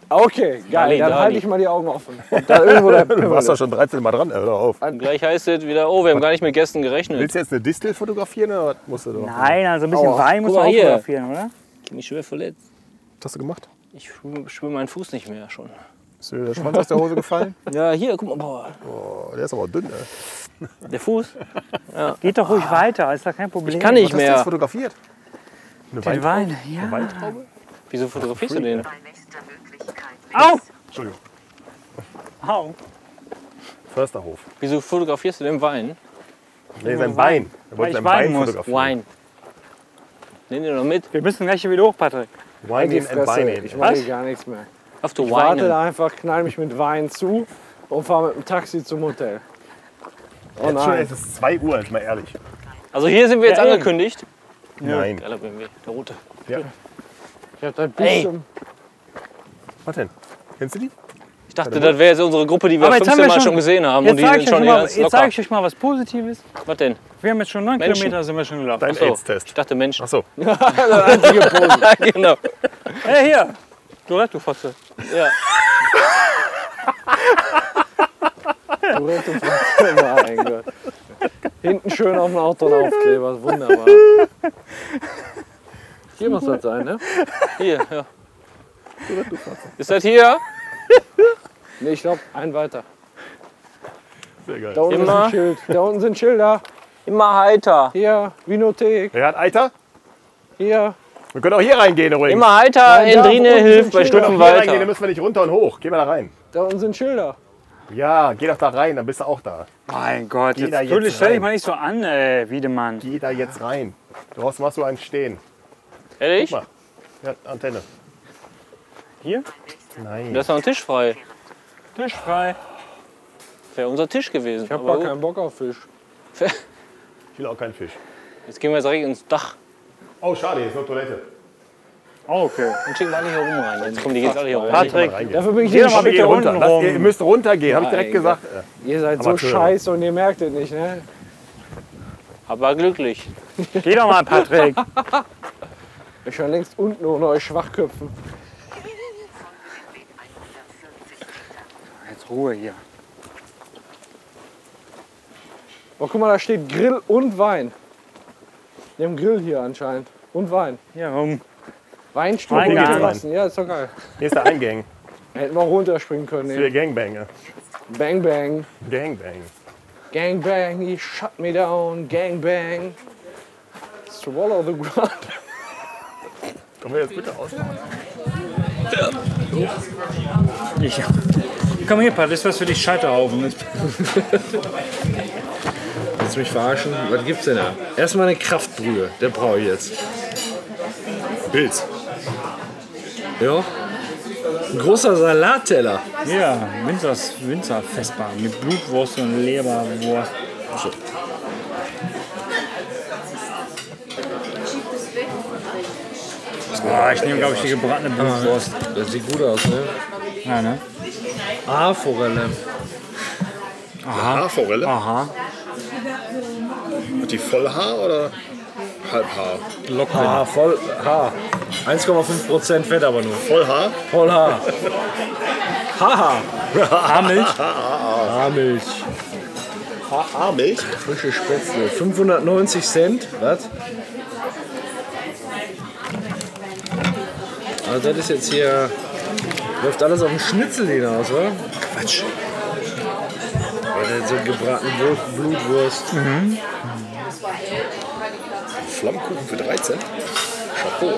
D: Okay, geil.
E: Dali,
D: Dann
E: Dali.
D: halte ich mal die Augen offen. Ob da irgendwo der
C: Du
D: Pimmel
C: warst doch
D: ist.
C: schon 13 Mal dran, hör doch auf.
E: Und gleich heißt es wieder, oh, wir haben gar nicht mit Gästen gerechnet.
C: Willst du jetzt eine Distel fotografieren oder was musst du da?
A: Nein, also ein bisschen
D: Aua.
A: Wein muss
E: Guck
A: man
E: mal
A: auch
E: hier.
A: fotografieren, oder?
E: Ich bin schwer verletzt.
C: Was hast du gemacht?
E: Ich schwimme schwimm meinen Fuß nicht mehr schon.
C: Ist dir der Schwanz aus der Hose gefallen?
E: Ja, hier, guck mal, boah.
C: Boah, Oh, der ist aber dünn, ey.
E: Der Fuß?
A: Geht doch ruhig weiter, ist da kein Problem.
E: Ich kann nicht
C: Was hast du jetzt
E: mehr.
C: fotografiert? Eine
A: Den
C: Weintraube?
A: Wein, ja.
C: Eine Weintraube?
E: Wieso fotografierst du den?
F: Bei nächster Möglichkeit
A: Au!
C: Entschuldigung.
A: Au.
C: Försterhof.
E: Wieso fotografierst du den Wein?
C: Nee, sein Wein. Er
A: Weil ich
C: wollte sein
A: weinen
C: Wein
A: muss.
C: fotografieren.
E: Wein. Nimm den doch mit.
A: Wir müssen gleich hier wieder hoch, Patrick.
D: Halt die
C: Wine and
D: Fresse.
C: Wein.
D: Ich mache hier gar nichts mehr.
E: Auf du
D: Warte
E: Wein.
D: da einfach, knall mich mit Wein zu und fahre mit dem Taxi zum Hotel. Oh
C: Jetzt schon,
D: nein.
C: es ist 2 Uhr, jetzt mal ehrlich.
E: Also hier sind wir jetzt
A: Ja, eben.
E: angekündigt.
C: Nein.
E: Geiler BMW, der rote.
D: Ich hab das
E: Ey.
D: Bildschirm.
C: Was denn? Kennst du die?
E: Ich dachte, das wäre jetzt unsere Gruppe, die wir
A: Aber jetzt
E: 15
A: haben wir
E: Mal
A: schon-
E: schon gesehen haben. und
A: Jetzt
E: die
A: zeige ich,
E: sind
A: euch
E: schon
A: mal-
E: ganz
A: jetzt
E: locker.
A: zeig ich euch mal was Positives.
E: Was denn?
A: Wir haben jetzt schon 9
E: Menschen.
A: Kilometer sind wir schon gelaufen.
C: Dein
E: so. Ich
C: AIDS-Test.
E: dachte Menschen.
C: Achso.
E: genau.
A: Hey, hier. Lorette, du Fotze.
E: Ja.
D: Tourette und Französisch. Mein Gott. Hinten schön auf dem Auto ein Aufkleber, wunderbar. Hier muss das sein, ne?
E: Hier, ja. Ist das hier?
D: Ne, ich glaube, ein weiter.
C: Sehr
D: Da
C: geil.
D: unten, ist
E: Immer.
D: ein Schild. da unten sind Schilder.
E: Immer heiter.
D: Hier, Winothek,
C: Wer hat Eiter?
D: hier.
C: Wir können auch hier reingehen übrigens.
E: Immer heiter.
D: Nein, da
E: Endrine
D: oben
E: hilft
D: sind
E: bei
D: Schilder.
C: Wenn
E: Stufen
C: wir hier reingehen, dann
E: weiter.
C: müssen wir nicht runter und hoch. Geh mal da rein.
D: Da unten sind Schilder.
C: Ja, geh doch da rein, dann bist du auch da.
A: Mein Gott,
C: Geh da
A: jetzt, jetzt
C: jetzt
A: stell dich
C: rein.
A: mal nicht so an, äh, Wiedemann.
C: Geh da jetzt rein. Draußen machst du einen stehen.
E: Ehrlich?
C: Guck mal. Ja, Antenne.
E: Da
C: Nein.
E: ist noch ein Tisch frei.
A: Tisch frei.
E: Wäre unser Tisch gewesen.
D: Ich hab
E: Aber
D: gar
E: gut.
D: keinen Bock auf Fisch.
C: Ich will auch keinen Fisch.
E: Jetzt gehen wir jetzt direkt ins Dach
C: Oh, schade, hier ist nur Toilette.
A: Oh, okay.
E: und schicken wir alle hier rum rein. Jetzt kommen die jetzt alle hier rum.
A: Patrick,
D: Dafür bin ich
A: Geh
D: nicht
A: doch mal
D: schuld.
A: bitte
C: runter.
A: unten
C: Lasst, ihr, ihr
A: rum.
C: müsst runtergehen, habe ich direkt
D: Mein Gott.
C: gesagt. Äh,
D: Ihr seid so
C: Amateure.
D: scheiße und ihr merkt es nicht, ne?
E: Aber glücklich.
A: Geh doch mal, Patrick.
D: Ich war längst unten ohne euch Schwachköpfen.
F: den Weg 140 Meter.
A: Jetzt Ruhe hier.
D: Boah, guck mal, da steht Grill und Wein. Die haben Grill hier anscheinend. Und Wein.
A: Hier rum.
D: Weinstube
A: Weingarten.
D: draußen. Ja, ist doch geil.
C: Hier ist der Eingang.
D: Hätten wir auch runterspringen können.
C: Für
D: Ey.
C: Gangbang. ja.
D: Bang, bang.
C: Gangbang.
D: Gang, bang. You shut me down. Gang, bang. Swallow the ground.
C: Können wir jetzt bitte ausmachen?
A: Ich. Komm hier, Patrick, ist was für dich Scheiterhaufen.
H: Willst du mich verarschen? Was gibt's denn da? Erstmal eine Kraftbrühe, der brauche ich jetzt.
C: Pilz.
H: Ja. Ein großer Salatteller.
A: Ja, Winzers, Winzerfestbahn mit Blutwurst und Leberwurst. Boah, Ah, ich nehme, glaube ich, die gebratene Blutwurst.
H: Ah, Das sieht gut aus, ne?
A: Ja, ne?
H: Ah, Forelle.
C: Haarforelle?
A: Aha.
C: Hat die Vollhaar oder Halbhaar?
H: Ah, voll Haar. 1,5% Fett aber nur.
C: Vollhaar?
H: Voll Haar. Haha.
A: Haarmilch?
H: Haarmilch.
C: Haarmilch?
H: Frische Spätzle. 590 Cent. Was? Also das ist jetzt hier... Läuft alles auf den Schnitzel hinaus, oder? Quatsch. Oder so gebratene Blut- Blutwurst.
C: Mhm.
H: Mhm.
C: Flammkuchen für 13? Chapeau.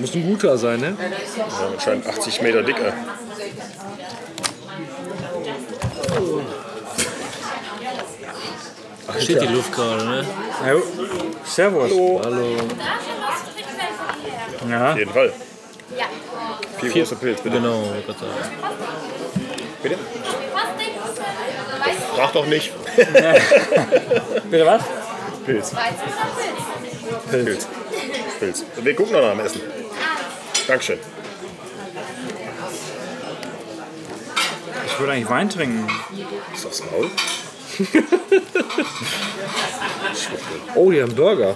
H: Muss ein guter sein, ne?
C: Ja, anscheinend 80 Meter dick, ey.
H: Ach, steht die Luft gerade, ne?
A: Jo. Servus.
H: Hallo.
A: Ja.
C: Auf jeden Fall. Vier große Pilz, bitte.
H: Genau, wollte gerade sagen.
C: bitte. Frag doch nicht.
A: Bitte was?
C: Pilz.
A: Pilz.
I: Pilz. Wir gucken noch nach dem Essen. Dankeschön.
A: Ich würde eigentlich Wein trinken.
I: Ist das Maul?
H: Oh, die haben Burger.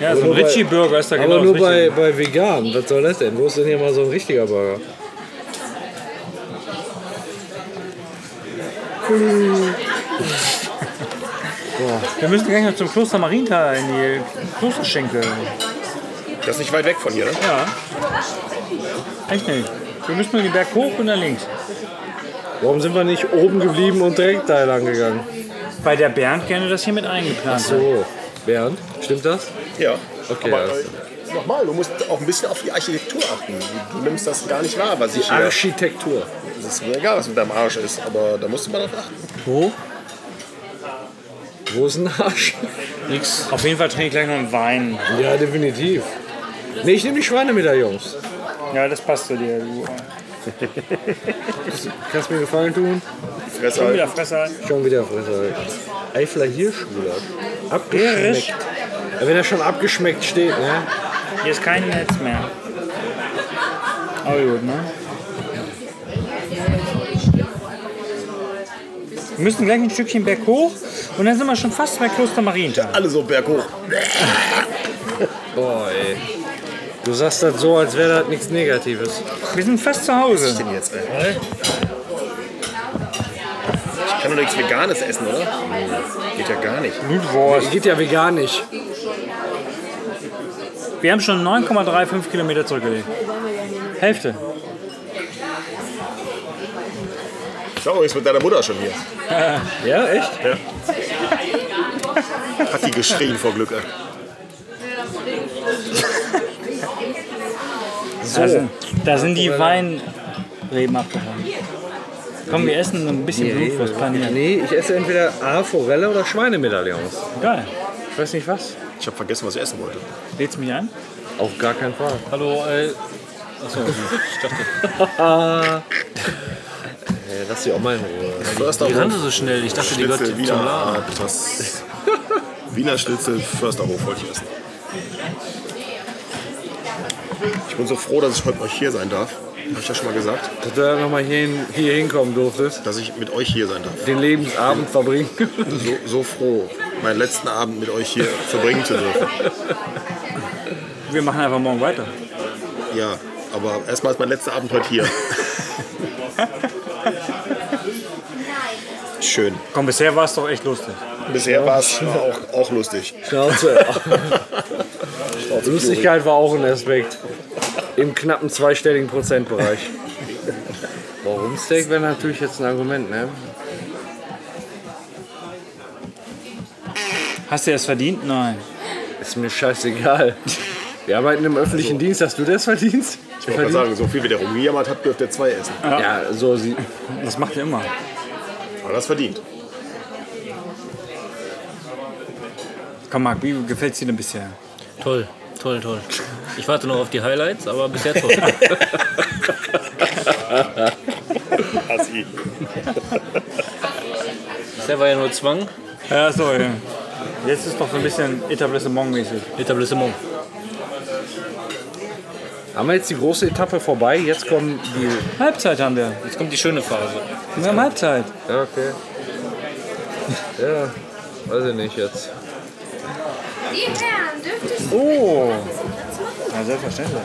A: Ja, so ein
H: nur bei-
A: Ritchie-Burger ist da genau
H: Aber nur
A: das
H: bei,
A: Richtige.
H: bei vegan. Was soll das denn? Wo ist denn hier mal so ein richtiger Burger?
A: Wir müssen gleich noch zum Kloster Marienthal in die Klosterschenkel.
I: Das ist nicht weit weg von hier, ne?
A: Ja. Echt nicht. Wir müssen nur den Berg hoch und dann links.
H: Warum sind wir nicht oben geblieben und direkt da lang gegangen?
A: Weil der Bernd gerne das hier mit eingeplant hat.
H: So, Bernd, stimmt das?
I: Ja.
H: Okay,
I: Aber,
H: alles
I: äh, nochmal, du musst auch ein bisschen auf die Architektur achten. Du nimmst das gar nicht wahr, was ich hier...
H: Architektur.
I: Es ist mir egal, was mit deinem Arsch ist, aber da musst du mal drauf achten.
H: Wo? Wo ist ein Arsch?
A: Nix. Auf jeden Fall trinke ich gleich noch einen Wein.
H: Ja, definitiv. Nee, ich nehme die Schweinemedaillons.
A: Ja, das passt zu dir, du.
H: Kannst mir Gefallen tun?
I: Fress
A: Schon
I: halt.
A: wieder Fresser.
H: Schon wieder Fresser. Eifler Hirschgulasch. Abgeschmeckt. Ja, wenn er schon abgeschmeckt steht, ne?
A: Hier ist kein Netz mehr. Aber gut, ne? Wir müssen gleich ein Stückchen berghoch und dann sind wir schon fast bei Kloster Marienthal.
I: Alle so berghoch.
H: Boah, ey. Du sagst das so, als wäre das nichts Negatives.
A: Wir sind fast zu Hause.
I: Denn jetzt, ey. Ich kann doch nichts Veganes essen, oder? Geht ja gar nicht.
H: Hm.
A: Blutwurst.
H: Geht ja vegan nicht.
A: Wir haben schon 9,35 Kilometer zurückgelegt. Hälfte.
I: Schau übrigens mit deiner Mutter schon hier.
H: Ja, echt?
I: Hat die geschrien vor Glück, ey.
A: So. Da, sind, Also, da sind die Weinreben abgehauen. Komm, wir essen so ein bisschen Blutwurst paniert.
H: Nee, ich esse entweder A, Forelle oder Schweinemedaillons.
A: Geil.
H: Ich weiß nicht was.
I: Ich habe vergessen, was ich essen wollte.
A: Lädst mich ein?
H: Auf gar keinen Fall.
E: Hallo, äh. Achso, ich dachte.
H: Ey, Äh, lass die auch mal in Ruhe.
I: Förster
E: Die rannte so schnell, ich dachte, die gehört
I: Schnitzel,
E: zum
I: Wiener
E: Laden.
I: Art, das Wiener Schnitzel, Försterhof wollte ich essen. Ich bin so froh, dass ich heute mit euch hier sein darf. Habe ich ja schon mal gesagt,
H: Dass du ja nochmal hier, hin, hier hinkommen durftest,
I: dass ich mit euch hier sein darf.
H: den Lebensabend verbringen.
I: So, so froh, meinen letzten Abend mit euch hier verbringen zu dürfen.
A: Wir machen einfach morgen weiter.
I: Ja, aber erstmal ist mein letzter Abend heute hier. Schön.
A: Komm, bisher war es doch echt lustig.
I: Bisher war es auch, auch lustig.
H: Schnauze. Lustigkeit war auch ein Aspekt. Im knappen zweistelligen Prozentbereich. Warum Steak wäre natürlich jetzt ein Argument, ne?
A: Hast du es verdient? Nein.
H: Ist mir scheißegal. Wir arbeiten im öffentlichen Dienst, hast du das verdienst?
I: Ich wollte gerade sagen, so viel wie der rumgejammert hat, dürft ihr zwei essen.
H: Ja, so sie.
A: Das macht ihr immer.
I: Aber das verdient.
A: Komm, Marc, wie gefällt es dir denn bisher?
E: Toll, toll, toll. Ich warte noch auf die Highlights, aber bisher toll.
I: Assi.
E: Bisher war ja nur Zwang,
A: Ja, so, ja. Jetzt ist doch so ein bisschen Etablissement-mäßig.
E: Etablissement.
H: Haben wir jetzt die große Etappe vorbei? Jetzt kommen die.
A: Halbzeit haben wir.
E: Jetzt kommt die schöne Phase.
A: Wir haben Halbzeit.
H: Ja, okay. Ja, weiß ich nicht jetzt.
J: Die Herren, dürfte ich
A: Oh. Ja, selbstverständlich.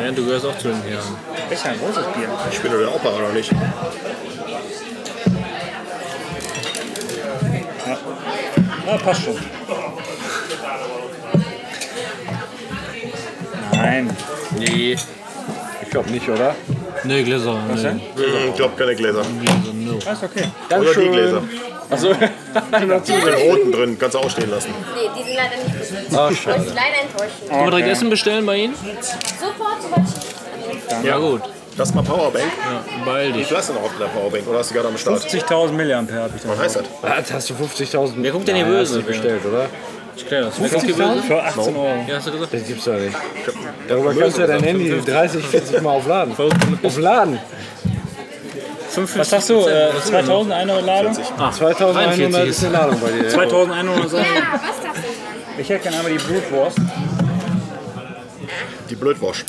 E: Ja, du gehörst auch zu den Herren.
A: Echt ein großes Bier.
I: Ich bin doch der Opa, oder nicht?
A: Ja, passt schon. Nein.
E: Nee.
H: Ich glaube nicht, oder?
E: Nee, Gläser.
A: Was denn?
I: Ich glaube, keine Gläser.
A: Alles okay.
I: Oder die Gläser.
E: Achso.
I: Mit den roten drin, kannst du auch stehen lassen.
J: Nee, die sind leider nicht bestimmt.
H: Ach, schade.
J: Muss ich leider enttäuschen.
E: Wollen wir direkt Essen bestellen bei Ihnen?
J: Sofort, sobald ich
E: Ja, gut.
I: Das ist mal Powerbank.
E: Ja, beeil
I: Die
E: dich.
I: Flasche noch auf der Powerbank, oder hast du gerade am Start?
A: 50.000 Milliampere habe ich da.
I: Was heißt das?
H: Was, hast du 50.000?
E: Wer guckt denn hier
H: Nein, hast
E: böse?
H: du nicht bestellt, oder?
E: Ich klär das. Wer guckt hier böse?
A: Für 18 Euro.
E: Ja, hast du gesagt?
H: Das gibt's doch nicht. Darüber kannst du ja dein Handy 30, 40 Mal aufladen. Aufladen!
E: 55
A: Was sagst du? Äh,
E: Ah,
A: 2.000, eine Ladung?
H: 2100 ist Ah, eine Ladung bei dir.
A: 2.100
J: Ja, was das ist.
A: Wir Ich hätte gerne einmal die Blutwurst.
I: Die Blödwasch.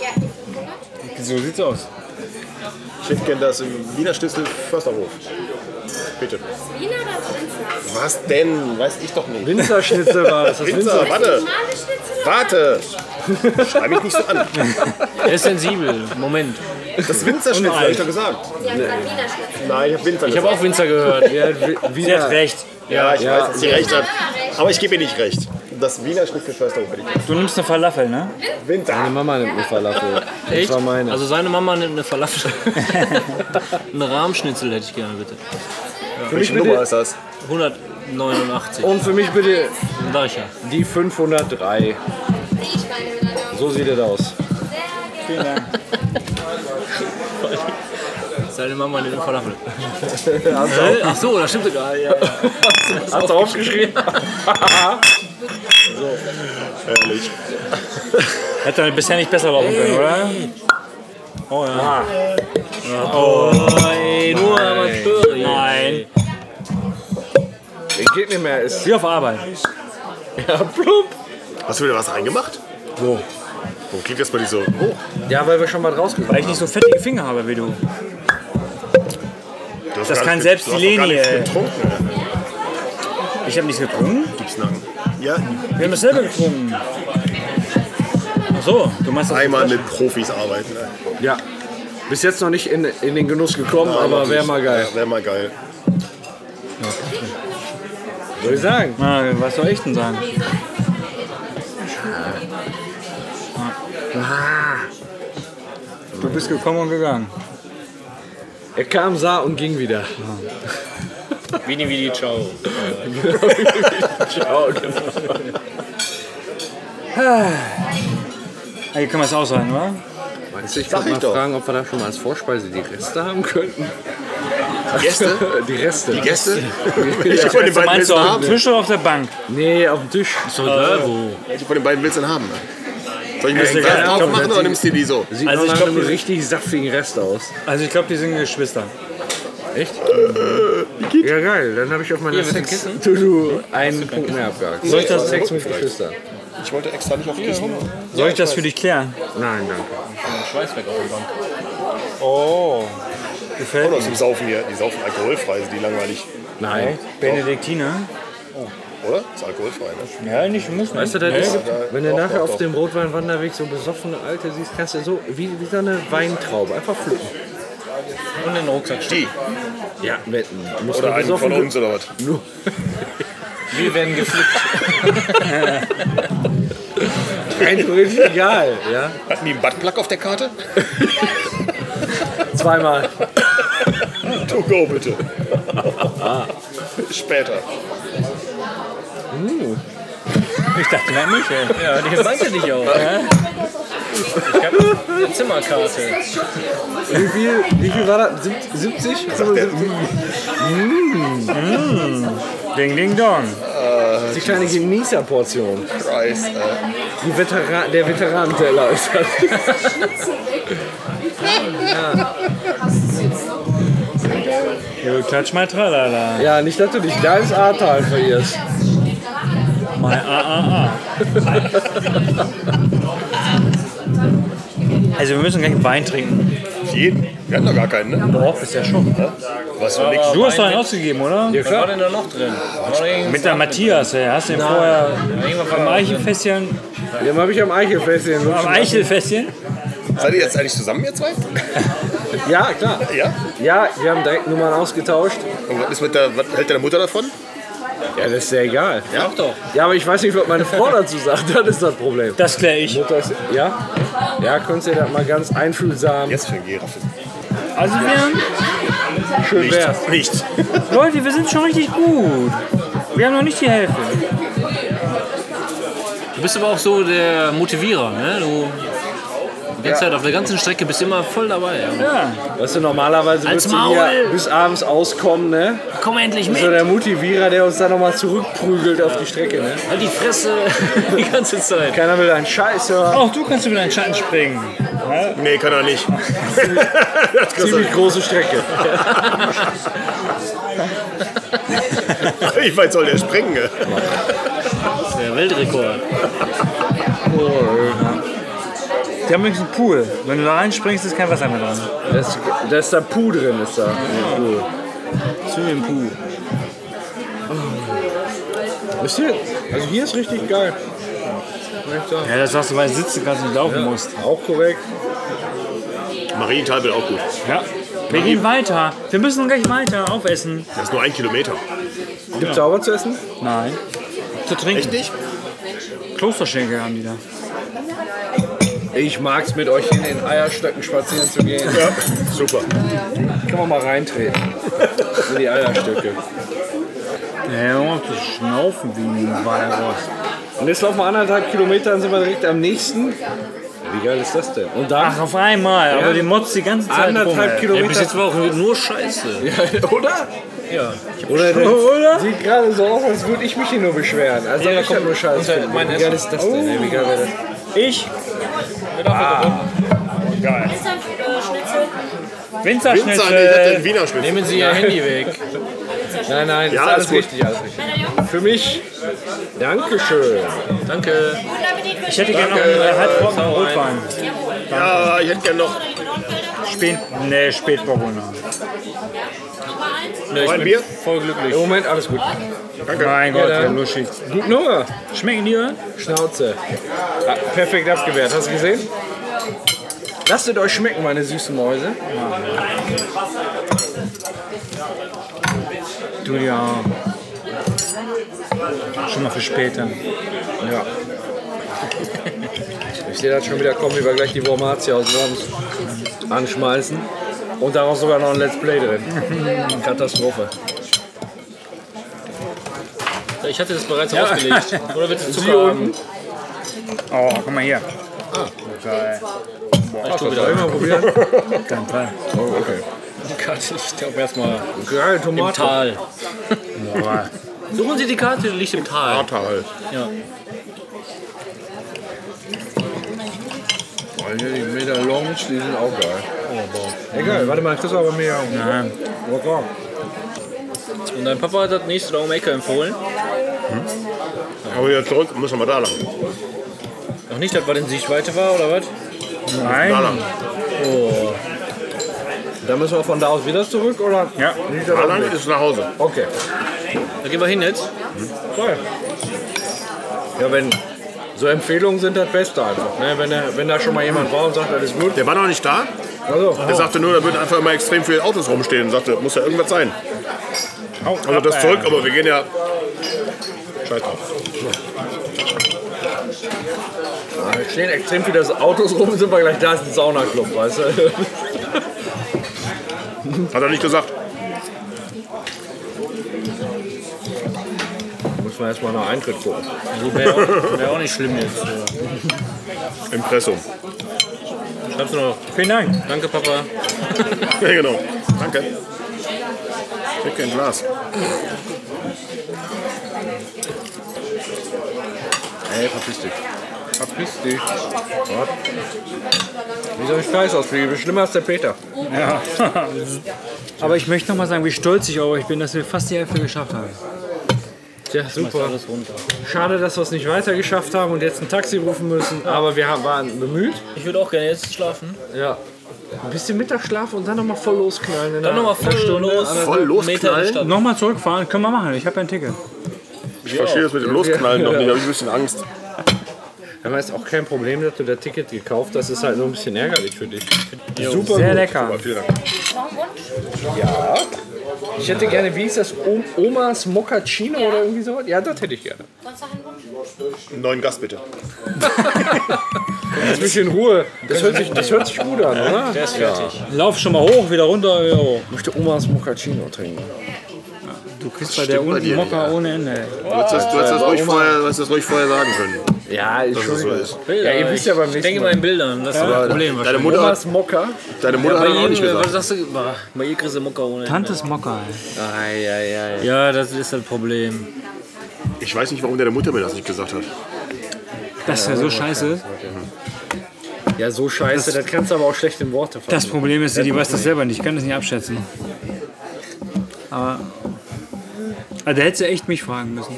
K: Ja,
I: So sieht's aus. Ich hätte gern das im Wiener Schnitzel Försterhof. Bitte.
K: Wiener oder Prinzner?
I: Was denn? Weiß ich doch nicht.
H: Winzerschnitzel war das.
I: Winzer, warte,
K: Normale Schnitzel?
I: warte. Schrei mich nicht so an.
E: Er ist sensibel. Moment.
I: Das Winzerschnitzel, hab ich doch gesagt.
K: Ja, gerade Wiener Schnitzel.
I: Nein, ich hab Winzer
E: Ich habe
I: gesagt.
E: auch Winzer gehört.
H: Ja, Wi-
A: Sie hat
H: Wiener,
A: recht.
I: ja, ich weiß, dass sie recht hat.
K: Ja, recht.
I: Aber ich gebe ihr nicht recht. Das Wiener Schnitzel Försterhof hätte ich gern.
A: Du nimmst eine Falafel, ne?
H: meine Mama nimmt eine Falafel. Das war meine.
E: Also seine Mama nimmt eine Falafel. Einen Rahmschnitzel hätte ich gerne, bitte.
I: Welche Nummer ist das?
E: 189.
H: Und für mich bitte
E: Sag ich ja.
H: die 503.
K: Ich meine, wenn er
H: So sieht das aus.
E: Seine Mama nimmt eine Falafel. Hä? Ach so, das stimmt sogar. Ja, ja.
H: Hast du aufgeschrieben?
I: Ehrlich.
A: Hätte dann bisher nicht besser laufen können, oder? Oh ja. Oh,
E: Ey, Ah. nur Amateure.
A: Nein.
H: Geht nicht mehr. Ist
A: Wie auf Arbeit.
I: Hast du wieder was reingemacht?
H: so.
I: Warum klingt das bei dir so hoch?
H: Ja, weil wir schon mal rausgekommen
A: Weil ich nicht so fettige Finger habe wie du.
I: Du hast
A: Das
I: gar
A: kann
I: nicht-
A: selbst
I: du hast
A: die
I: doch gar
A: Leni,
I: nichts
A: ey.
I: getrunken.
A: Ich habe nichts getrunken.
I: Schnacken. Ja,
A: Wir haben dasselbe getrunken. Ach so, du meinst das
I: einmal mit Profis arbeiten. ne?
H: Ja. Bis jetzt noch nicht in, in den Genuss gekommen, aber wäre mal geil.
I: Ja, Wäre mal geil.
H: Soll ich sagen?
A: Na, Ah, was soll ich denn sagen?
H: Ah.
A: Du bist gekommen und gegangen.
H: Er kam, sah und ging wieder.
E: Vini, Vini, ciao.
H: Ciao, genau.
A: Hier können wir es aushalten, oder?
H: Meinst du, ich
I: Sag
H: könnte
I: ich
H: mal
I: doch.
H: fragen, ob wir da schon mal als Vorspeise die Reste haben könnten?
I: Gäste?
H: Die Reste?
I: Die Gäste? Welche von den beiden
A: Meinst
I: willst
A: du
I: du
A: auf dem
I: haben?
A: Tisch oder auf der Bank?
H: Nee, auf dem Tisch. Äh.
E: Ist doch egal wo.
I: Welche von den beiden willst du denn haben? ne? Soll ich ein bisschen
A: egal,
I: Saft drauf
H: komm,
I: machen oder nimmst du die so?
H: Sieht
A: Also
H: also
A: ich
H: nach
A: glaub,
H: einem
A: die-
H: richtig saftigen Rest aus.
A: Also ich glaube, die sind Geschwister.
H: Echt? Ja, geil. Dann habe ich auf meiner Sex-To-Do einen Punkt mehr abgehakt. Soll ich das Sex mit Geschwistern?
I: Ich wollte extra nicht auf Kissen.
A: Soll ich das für dich klären?
H: Nein, danke.
A: Oh. Gefällt
I: Komm
A: mir.
I: aus dem Saufen hier. Die saufen alkoholfrei, sind die langweilig.
H: Nein.
A: Benediktiner?
I: Oder? Ist alkoholfrei, ne?
A: Ja, nicht, muss
H: Weißt
A: nicht.
H: du, das ist, wenn du
I: Doch,
H: nachher
I: doch,
H: auf
I: doch.
H: dem Rotweinwanderweg so besoffene Alte siehst, kannst du so wie, wie so eine Weintraube einfach pflücken.
E: Und den Rucksack
I: Die.
H: Ja, wetten. Musst
I: Oder einen von uns oder was?
E: Wir werden geflickt.
H: Rein theoretisch egal, ja?
I: Hatten die einen Buttplug auf der Karte?
H: Zweimal.
I: To go, Oh, bitte.
A: Ah.
I: Später.
A: Ich dachte, nein, mich, ey.
E: Ja, die meinte dich auch. Ich hab eine Zimmerkarte.
H: Wie viel, wie viel war das? Sieb- 70?
A: Ding, ding, dong.
H: Die kleine Genießerportion.
I: Christ, äh.
H: Die Vetera der Veteranenteller ist das.
A: Jo, klatsch mal tralala.
H: Ja, nicht, dass du dich da ins Ahrtal verirrst.
A: Mal a, a, a. Also wir müssen gleich Wein trinken.
I: Auf jeden. Wir hatten doch gar keinen, ne?
A: Doch, ist ja schon.
I: Was für nix.
A: Du hast doch einen ausgegeben, oder?
E: Was war denn da noch drin? War noch irgendein-
A: Mit der Matthias, ey. Hast du den vorher am
E: irgendwas war da drin.
A: Eichelfässchen?
H: Dem habe ich am Eichelfest in
A: Am Eichelfässchen?
I: Seid ihr jetzt eigentlich zusammen, ihr zwei?
H: Ja, klar.
I: Ja?
H: Ja, wir haben direkt Nummern ausgetauscht.
I: Und was, ist mit der, was hält deine Mutter davon?
H: Ja, das ist ja egal.
I: Ja?
E: doch.
H: Ja, aber ich weiß nicht, was meine Frau dazu sagt. Das ist das Problem.
A: Das klär ich.
H: Mutter ist, ja? Ja, könnt ihr das mal ganz einfühlsam.
I: Jetzt für ein Giraffe.
A: Also wir,
H: Schön wär's.
I: Nicht.
A: Leute, wir sind schon richtig gut. Wir haben noch nicht die Hälfte.
E: Du bist aber auch so der Motivierer, ne? Du die ganze Zeit auf der ganzen Strecke bist immer voll dabei. Ja.
A: Ja.
H: Weißt du, normalerweise
E: Als
H: würdest du hier
E: Maul!
H: bis abends auskommen, ne?
E: Komm endlich mit!
H: So der Motivierer, der uns dann nochmal zurückprügelt auf die Strecke, ne?
E: Halt die Fresse die ganze Zeit.
H: Keiner will einen Scheiß hören.
A: Auch du kannst über deinen Schatten springen.
I: Nee, kann er nicht. das kannst du
H: Ziemlich große Strecke.
I: nicht. Wie weit soll der springen? ey?
A: der Weltrekord. Die haben übrigens einen Pool. Wenn du da reinspringst, ist kein Wasser mehr dran.
H: Da ist, da ist da Puh drin, ist da. Puh.
A: Swimming Pool.
I: Wisst ihr? Also hier ist richtig geil. Muss ich sagen.
A: Ja, das sagst du, weil du sitzen kannst und nicht laufen musst.
I: Auch korrekt.
C: Marienthal wird auch gut.
A: Ja. Wir gehen weiter. Wir müssen gleich weiter aufessen.
C: Das ist nur ein Kilometer.
H: Gibt's da auch was zu essen?
A: Nein. Zu trinken. Echt nicht? Klosterschenkel haben die da.
H: Ich mag's mit euch in den Eierstöcken spazieren zu gehen.
C: Super.
H: Kann man mal reintreten. In die Eierstöcke.
A: Ja, Junge, die schnaufen wie ein Walross.
H: Und jetzt laufen wir anderthalb Kilometer, dann sind wir direkt am nächsten. Wie geil ist das denn? Und dann?
A: Ach, auf einmal. Aber die motzt die ganze Zeit rum.
H: Anderthalb
A: ey.
H: Kilometer.
E: Bis jetzt war auch nur Scheiße.
H: Oder?
E: Ja.
H: Oder? Der
A: Oder?
H: Sieht gerade so aus, als würde ich mich hier nur beschweren. Also da kommt nur Scheiße. Wie geil ist das denn? ey? Wie geil wäre das?
A: Ich?
K: Ist dann äh, Schnitzel?
A: Winzerschnitzel.
C: Wiener Schnitzel.
H: Nehmen Sie Ihr Handy weg. Nein,
C: Ja,
H: nein, ist
C: alles
H: alles
C: gut.
H: richtig, alles richtig. Für mich. Dankeschön. Danke.
A: Ich hätte gerne noch einen halbtrockenen Rotwein.
C: Ja, ich hätte gerne noch
A: Spät, nee, Spätburgunder.
C: noch ein Bier.
E: Voll glücklich.
H: Im Moment, alles gut.
A: Mein Gott, ja, luschig.
H: Guten Hunger.
A: Schmecken die? oder?
H: Schnauze. Ah, perfekt abgewehrt. Hast du gesehen? Lasst es euch schmecken, meine süßen Mäuse.
A: Du ja. Schon mal für später.
H: Ja. Ich sehe das schon wieder kommen, wie wir gleich die Wormatia aus Worms anschmeißen. Und daraus sogar noch ein Let's Play drin. Katastrophe.
E: Ich hatte das bereits ausgelegt. Oder willst du
H: Sie
E: Zucker haben?
H: unten.
A: Oh, guck mal hier. Geil.
E: Ich tu wieder.
H: Soll ich mal probieren?
A: Dein Fall.
H: Oh, okay.
E: Gott, ich glaube erstmal
H: Geil,
E: im
H: Tomate.
E: Tal. Suchen Sie die Karte, die liegt im Tal.
C: Tal.
H: Oh, hier die Medalons, die sind auch geil. Egal, warte mal, kriegst du aber mehr. Oh, Nein. Locker.
E: Und dein Papa hat das nächste da um die Ecke empfohlen.
C: Aber wieder zurück, müssen wir da lang.
E: Noch nicht, dass was in Sichtweite war, oder was?
C: Da
A: Nein.
C: lang.
H: Dann müssen wir von da aus wieder zurück, oder?
A: Ja.
H: Nicht
C: Da
H: aber
C: lang
H: nicht.
C: ist nach Hause.
H: Okay.
E: Da gehen wir hin jetzt.
H: Voll. Ja, wenn so Empfehlungen sind das Beste einfach. Ne? Wenn, da- wenn da schon mal jemand war und sagt, das ist gut.
C: Der war noch nicht da.
H: Also,
C: Der sagte nur, da würden einfach immer extrem viele Autos rumstehen. Und sagte, muss ja irgendwas sein.
A: Hau
C: Also
A: ab,
C: das
A: ey.
C: zurück, aber wir gehen ja. Scheiß drauf.
H: da stehen extrem viele Autos rum, sind wir gleich da, ist ein Saunaclub, weißt du?
C: Hat er nicht gesagt.
H: Muss man erstmal nach Eintritt gucken.
E: Also wäre auch, wär auch nicht schlimm jetzt. äh.
C: Impressum.
E: Schreibst du noch.
A: Vielen Dank.
E: Danke, Papa.
C: Ja, genau. Danke. Dicke ein Glas.
H: Ey, verpiss dich. Verpiss dich. Was? Wie soll ich Scheiß ausfliegen? Schlimmer als der Peter.
A: Ja. Aber ich möchte noch mal sagen, wie stolz ich auf euch bin, dass wir fast die Hälfte geschafft haben.
H: Ja, super. Schade, dass wir es nicht weiter geschafft haben und jetzt ein Taxi rufen müssen. Aber wir haben- waren bemüht.
E: Ich würde auch gerne jetzt schlafen.
H: Ja. Ein bisschen Mittagsschlaf und dann nochmal voll losknallen. in
E: Dann
H: einer
E: nochmal voll
H: Stunde.
E: los.
C: Voll
E: Meter in die
C: losknallen.
E: Stadt.
A: Nochmal zurückfahren, können wir machen. Ich habe ja ein Ticket.
C: Ich verstehe das mit dem Losknallen noch nicht. Da habe ich ein bisschen Angst.
H: Aber ist auch kein Problem, dass du das Ticket gekauft hast. Ist halt nur ein bisschen ärgerlich für dich.
A: Super Sehr lecker.
H: Ich hätte gerne, wie ist das, O- Omas Moccacino oder irgendwie sowas? Ja, das hätte ich gerne.
C: Einen neuen Gast bitte.
H: Lass mich in Ruhe. Das hört sich, das hört sich gut an, oder?
E: Der ist fertig.
A: Lauf schon mal hoch, wieder runter. wieder hoch.
H: Ich möchte Omas Moccacino trinken.
A: Du kriegst bei der
C: bei
A: unten
C: dir nicht,
A: Mokka ohne Ende. ey.
C: Du hättest das, du hättest das, ruhig, vorher, du hättest das ruhig vorher sagen können.
H: Ja, ich
C: es so ist.
H: Ja, ihr wisst ja beim
E: Ich
H: nächsten
E: denke
H: Mal.
E: mal in Bildern. Das ist das Problem
C: Deine
E: wahrscheinlich.
C: Mutter,
H: Omas Mokka.
C: deine Mutter hat
E: Bei
C: das auch nicht
E: jedem, was
C: gesagt.
E: sagst du? Bah, Bei ihr kriegst du Mucker ohne. Ende.
A: Tantes Mokka. ey.
H: Eieiei.
E: Ja, das ist das Problem.
C: Ich weiß nicht, warum deine Mutter mir das nicht gesagt hat.
A: Das ist ja so scheiße.
H: Ja, so scheiße, das kannst du aber auch schlecht in Worte fassen.
A: Das Problem ist, die weiß das selber nicht. Ich kann das nicht abschätzen. Aber. Also, da hättest du echt mich fragen müssen.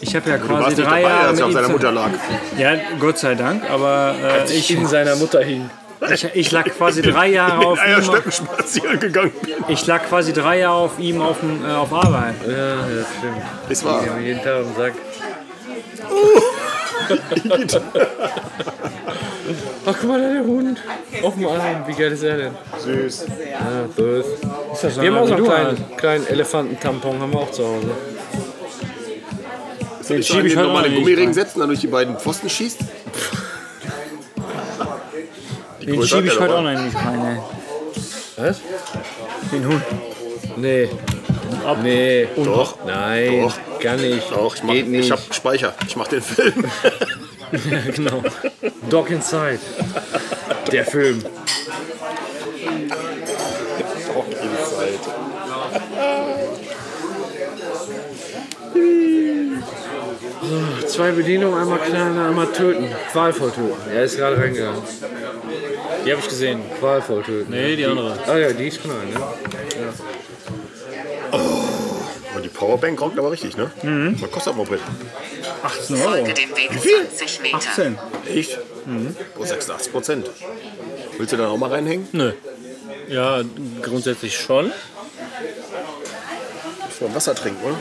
A: Ich ich habe ja
I: Du
A: quasi
I: warst nicht
A: drei
I: dabei,
A: Jahre.
I: als er
A: mit
I: auf
A: ihm
I: seiner
A: zu-
I: Mutter lag.
A: Ja, Gott sei Dank, aber äh, ich,
H: In seiner Mutter hing.
A: ich, ich lag quasi drei Jahre auf ihm.
I: Eierstöcken spazieren gegangen.
A: Ich lag quasi drei Jahre auf ihm auf, dem, äh, auf Arbeit.
H: Ja, das stimmt.
I: Ist wahr.
H: Jeden Tag im Sack. Ach, guck mal, da der Hund. Auf dem Arm. Wie geil ist er denn?
I: Süß.
H: Ja, böse. Wir haben auch so einen kleinen, kleinen Elefantentampon, haben wir auch zu Hause.
I: Den
A: schieb ich halt
I: den
A: auch
I: normale
A: nicht
I: Gummiring setzen, dann durch die beiden Pfosten schießt. Die
A: Den
I: Größe
A: schiebe
I: hat
A: ich
I: er
A: heute
I: doch.
A: auch noch nicht meine.
H: Was?
A: Den Hund.
H: Nee. Nee.
I: Doch.
H: Nein.
I: Doch.
H: Gar nicht.
I: Doch, ich, mach,
H: Geht nicht.
I: ich hab Speicher. Ich mach den Film.
H: genau. Dog Inside. Der Film. So, Zwei Bedienungen, einmal knallen, einmal töten. Qualvoll töten. Er ist gerade reingegangen.
A: Die habe ich gesehen.
H: Qualvoll töten.
A: Nee, die andere.
H: Ah ja, die ist knallen, ne?
I: Oh. Und die Powerbank rockt aber richtig, ne? Mhm. Was kostet aber Brett?
A: 18
H: Oh.
A: Euro.
F: Folge dem Weg 20 Meter.
A: 18?
I: Echt? Mhm. Oh, 86 Prozent. Willst du da auch mal reinhängen?
A: Nö. Ja, grundsätzlich schon.
I: Muss man Wasser trinken, oder?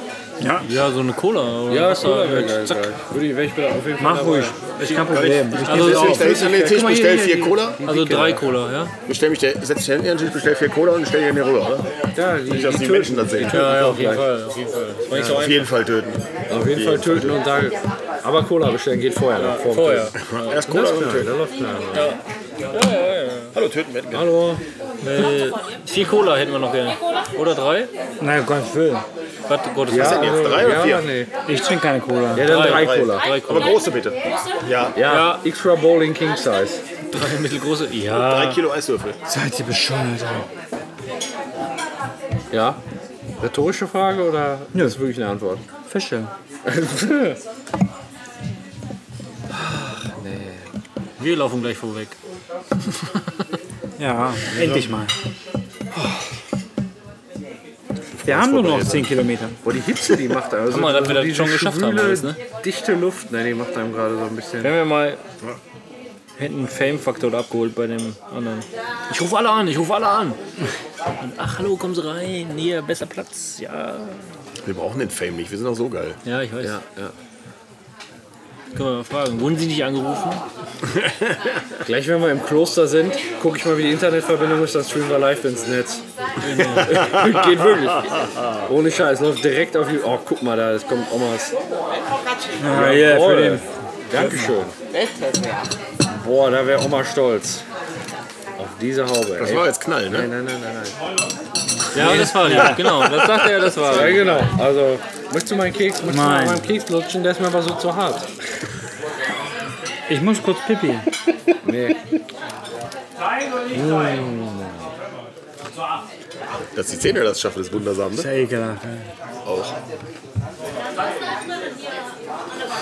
A: Ja. Ja, so eine Cola. Oder
H: Ja,
A: Wasser.
H: Cola wäre
A: Ja,
H: geil.
A: zack.
H: geil. Würde ich, wäre ich auf jeden Fall.
A: Mach ruhig. Ist kein Problem.
I: Also
A: Also,
I: ich stell mich an den Tisch, bestell vier Cola.
A: also drei Cola, ja?
I: Ich stell mich, der- setz dich an den Tisch, bestell vier Cola und stell dir mir rüber, oder?
H: Ja, die,
I: Nicht, dass die Menschen das sehen.
A: Ja, ja, auf jeden Fall. Auf jeden Fall. Das war nicht so
I: Auf jeden Fall töten.
H: auf jeden Fall töten und da. Aber Cola bestellen geht vorher. noch, vor dem
A: Vorher.
H: Töten.
I: Erst Cola
H: Das
I: und
H: ist
I: töten.
H: klar, da läuft klar.
I: Hallo, töten werden.
H: Hallo.
E: Äh, vier Cola hätten wir noch gerne. Oder drei?
A: Na, Gott will.
E: Was Gottes
H: Ja,
I: denn jetzt? Drei oder
H: ja,
I: vier?
H: Nee.
A: Ich trinke keine Cola.
H: Ja, dann drei,
I: drei.
H: Cola.
E: Drei
I: Aber
E: Cola.
I: große bitte. Ja,
H: Ja, extra bowling king size.
E: Drei mittelgroße.
I: drei
E: Ja.
I: Kilo Eiswürfel.
A: Seid ihr bescheuert, ey.
H: Ja. Rhetorische Frage oder ist wirklich eine Antwort?
A: Fische.
E: Wir laufen gleich vorweg.
A: Ja, endlich mal.
H: Oh.
A: Wir haben nur noch 10 Kilometer.
H: Boah, die Hitze, die macht also.
E: mal, dass wir das
H: diese
E: schon geschafft haben
H: schwüle,
E: alles, ne?
H: Dichte Luft, ne, die macht einem gerade so ein bisschen.
E: Wenn wir mal hätten einen Fame-Faktor abgeholt bei dem anderen. Ich rufe alle an, ich rufe alle an. Und, ach, hallo, kommen Sie rein. Hier, besser Platz. Ja.
I: Wir brauchen den Fame nicht, wir sind doch so geil.
E: Ja, ich weiß.
H: Ja, ja.
E: Können wir mal fragen. Wurden Sie nicht angerufen?
H: Gleich, wenn wir im Kloster sind, gucke ich mal, wie die Internetverbindung ist, dann streamen wir live ins Netz. Geht wirklich. Ohne Scheiß, läuft direkt auf die. Oh, guck mal da, es kommt Omas.
A: Ja, ja,
H: Jawohl.
A: für den.
H: Dankeschön. Boah, da wäre Oma stolz. Auf diese Haube.
I: Das
H: ey.
I: war jetzt Knall, ne?
H: Nein, nein, nein, nein, nein.
E: Ja, das war ja. Genau, das sagt er, das war.
H: Ja, genau. Also, möchtest du meinen Keks? Möchtest
A: Nein.
H: du meinen Keks lutschen? Der ist mir aber so zu hart.
A: Ich muss kurz pipi.
H: Nee.
I: Dass die Zähne das schaffen, ist wundersam, ne?
A: Ja, ekelhaft.
I: Auch.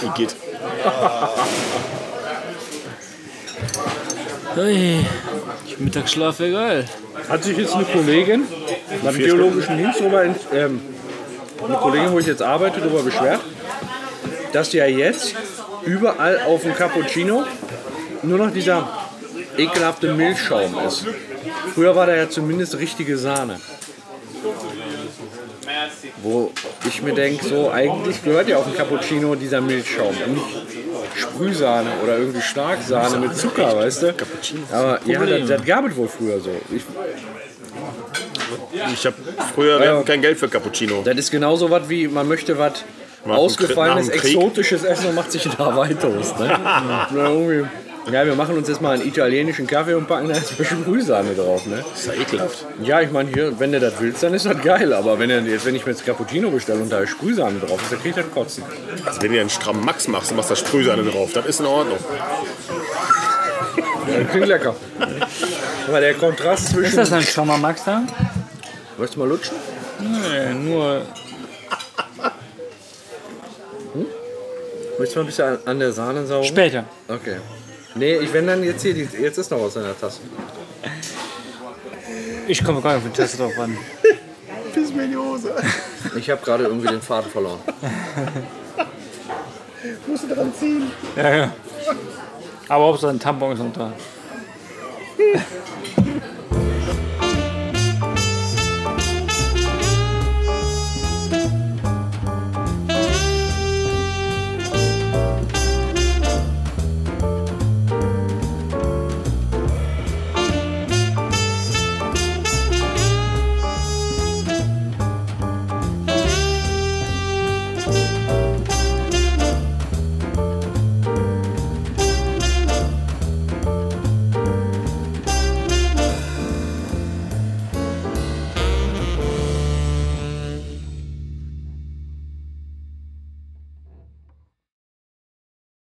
I: Wie geht?
E: Hey, Mittagsschlaf wäre geil.
H: Hat sich jetzt eine Kollegin beim geologischen Dienst drüber, in- ähm, eine Kollegin, wo ich jetzt arbeite, darüber beschwert, dass ja jetzt überall auf dem Cappuccino nur noch dieser ekelhafte Milchschaum ist. Früher war da ja zumindest richtige Sahne. Wo ich mir denke, so eigentlich gehört ja auf dem Cappuccino dieser Milchschaum und nicht Sprühsahne oder irgendwie Schlagsahne mit Zucker, weißt du? Aber ja, das, das gab es wohl früher so. Ich,
I: Ich habe früher wir
H: Ja.
I: hatten kein Geld für Cappuccino.
H: Das ist genauso was wie, man möchte was
I: Nach dem
H: ausgefallenes,
I: Krieg- nach dem Krieg.
H: exotisches Essen und macht sich einen Hawaii-Toast. Ne? Na, irgendwie. ja, wir machen uns jetzt mal einen italienischen Kaffee und packen da jetzt ein bisschen Brühsahne drauf. Ne?
I: Das ist ja ekelhaft.
H: Ja, ich meine, hier, wenn du das willst, dann ist das geil. Aber wenn, du, jetzt, wenn ich mir jetzt Cappuccino bestelle und da ist Sprühsahne drauf ist, dann krieg ich das Kotzen.
I: Also wenn du einen strammen Max machst, dann machst du da Sprühsahne drauf. Das ist in Ordnung.
H: Ja, das klingt lecker. Aber der Kontrast
A: Ist
H: zwischen...
A: das ein Schaumer Max da?
H: Möchtest du mal lutschen?
A: Nee, Äh, nur.
H: Möchtest du mal ein bisschen an, an der Sahne saugen?
A: Später.
H: Okay. Nee, ich wenn dann jetzt hier, die, jetzt ist noch was in der Tasse.
A: Ich komme gar nicht auf den Test drauf an.
H: Ich habe gerade irgendwie den Faden verloren.
L: Musst du dran ziehen.
E: Ja, ja. Aber ob es ein Tampon ist unter.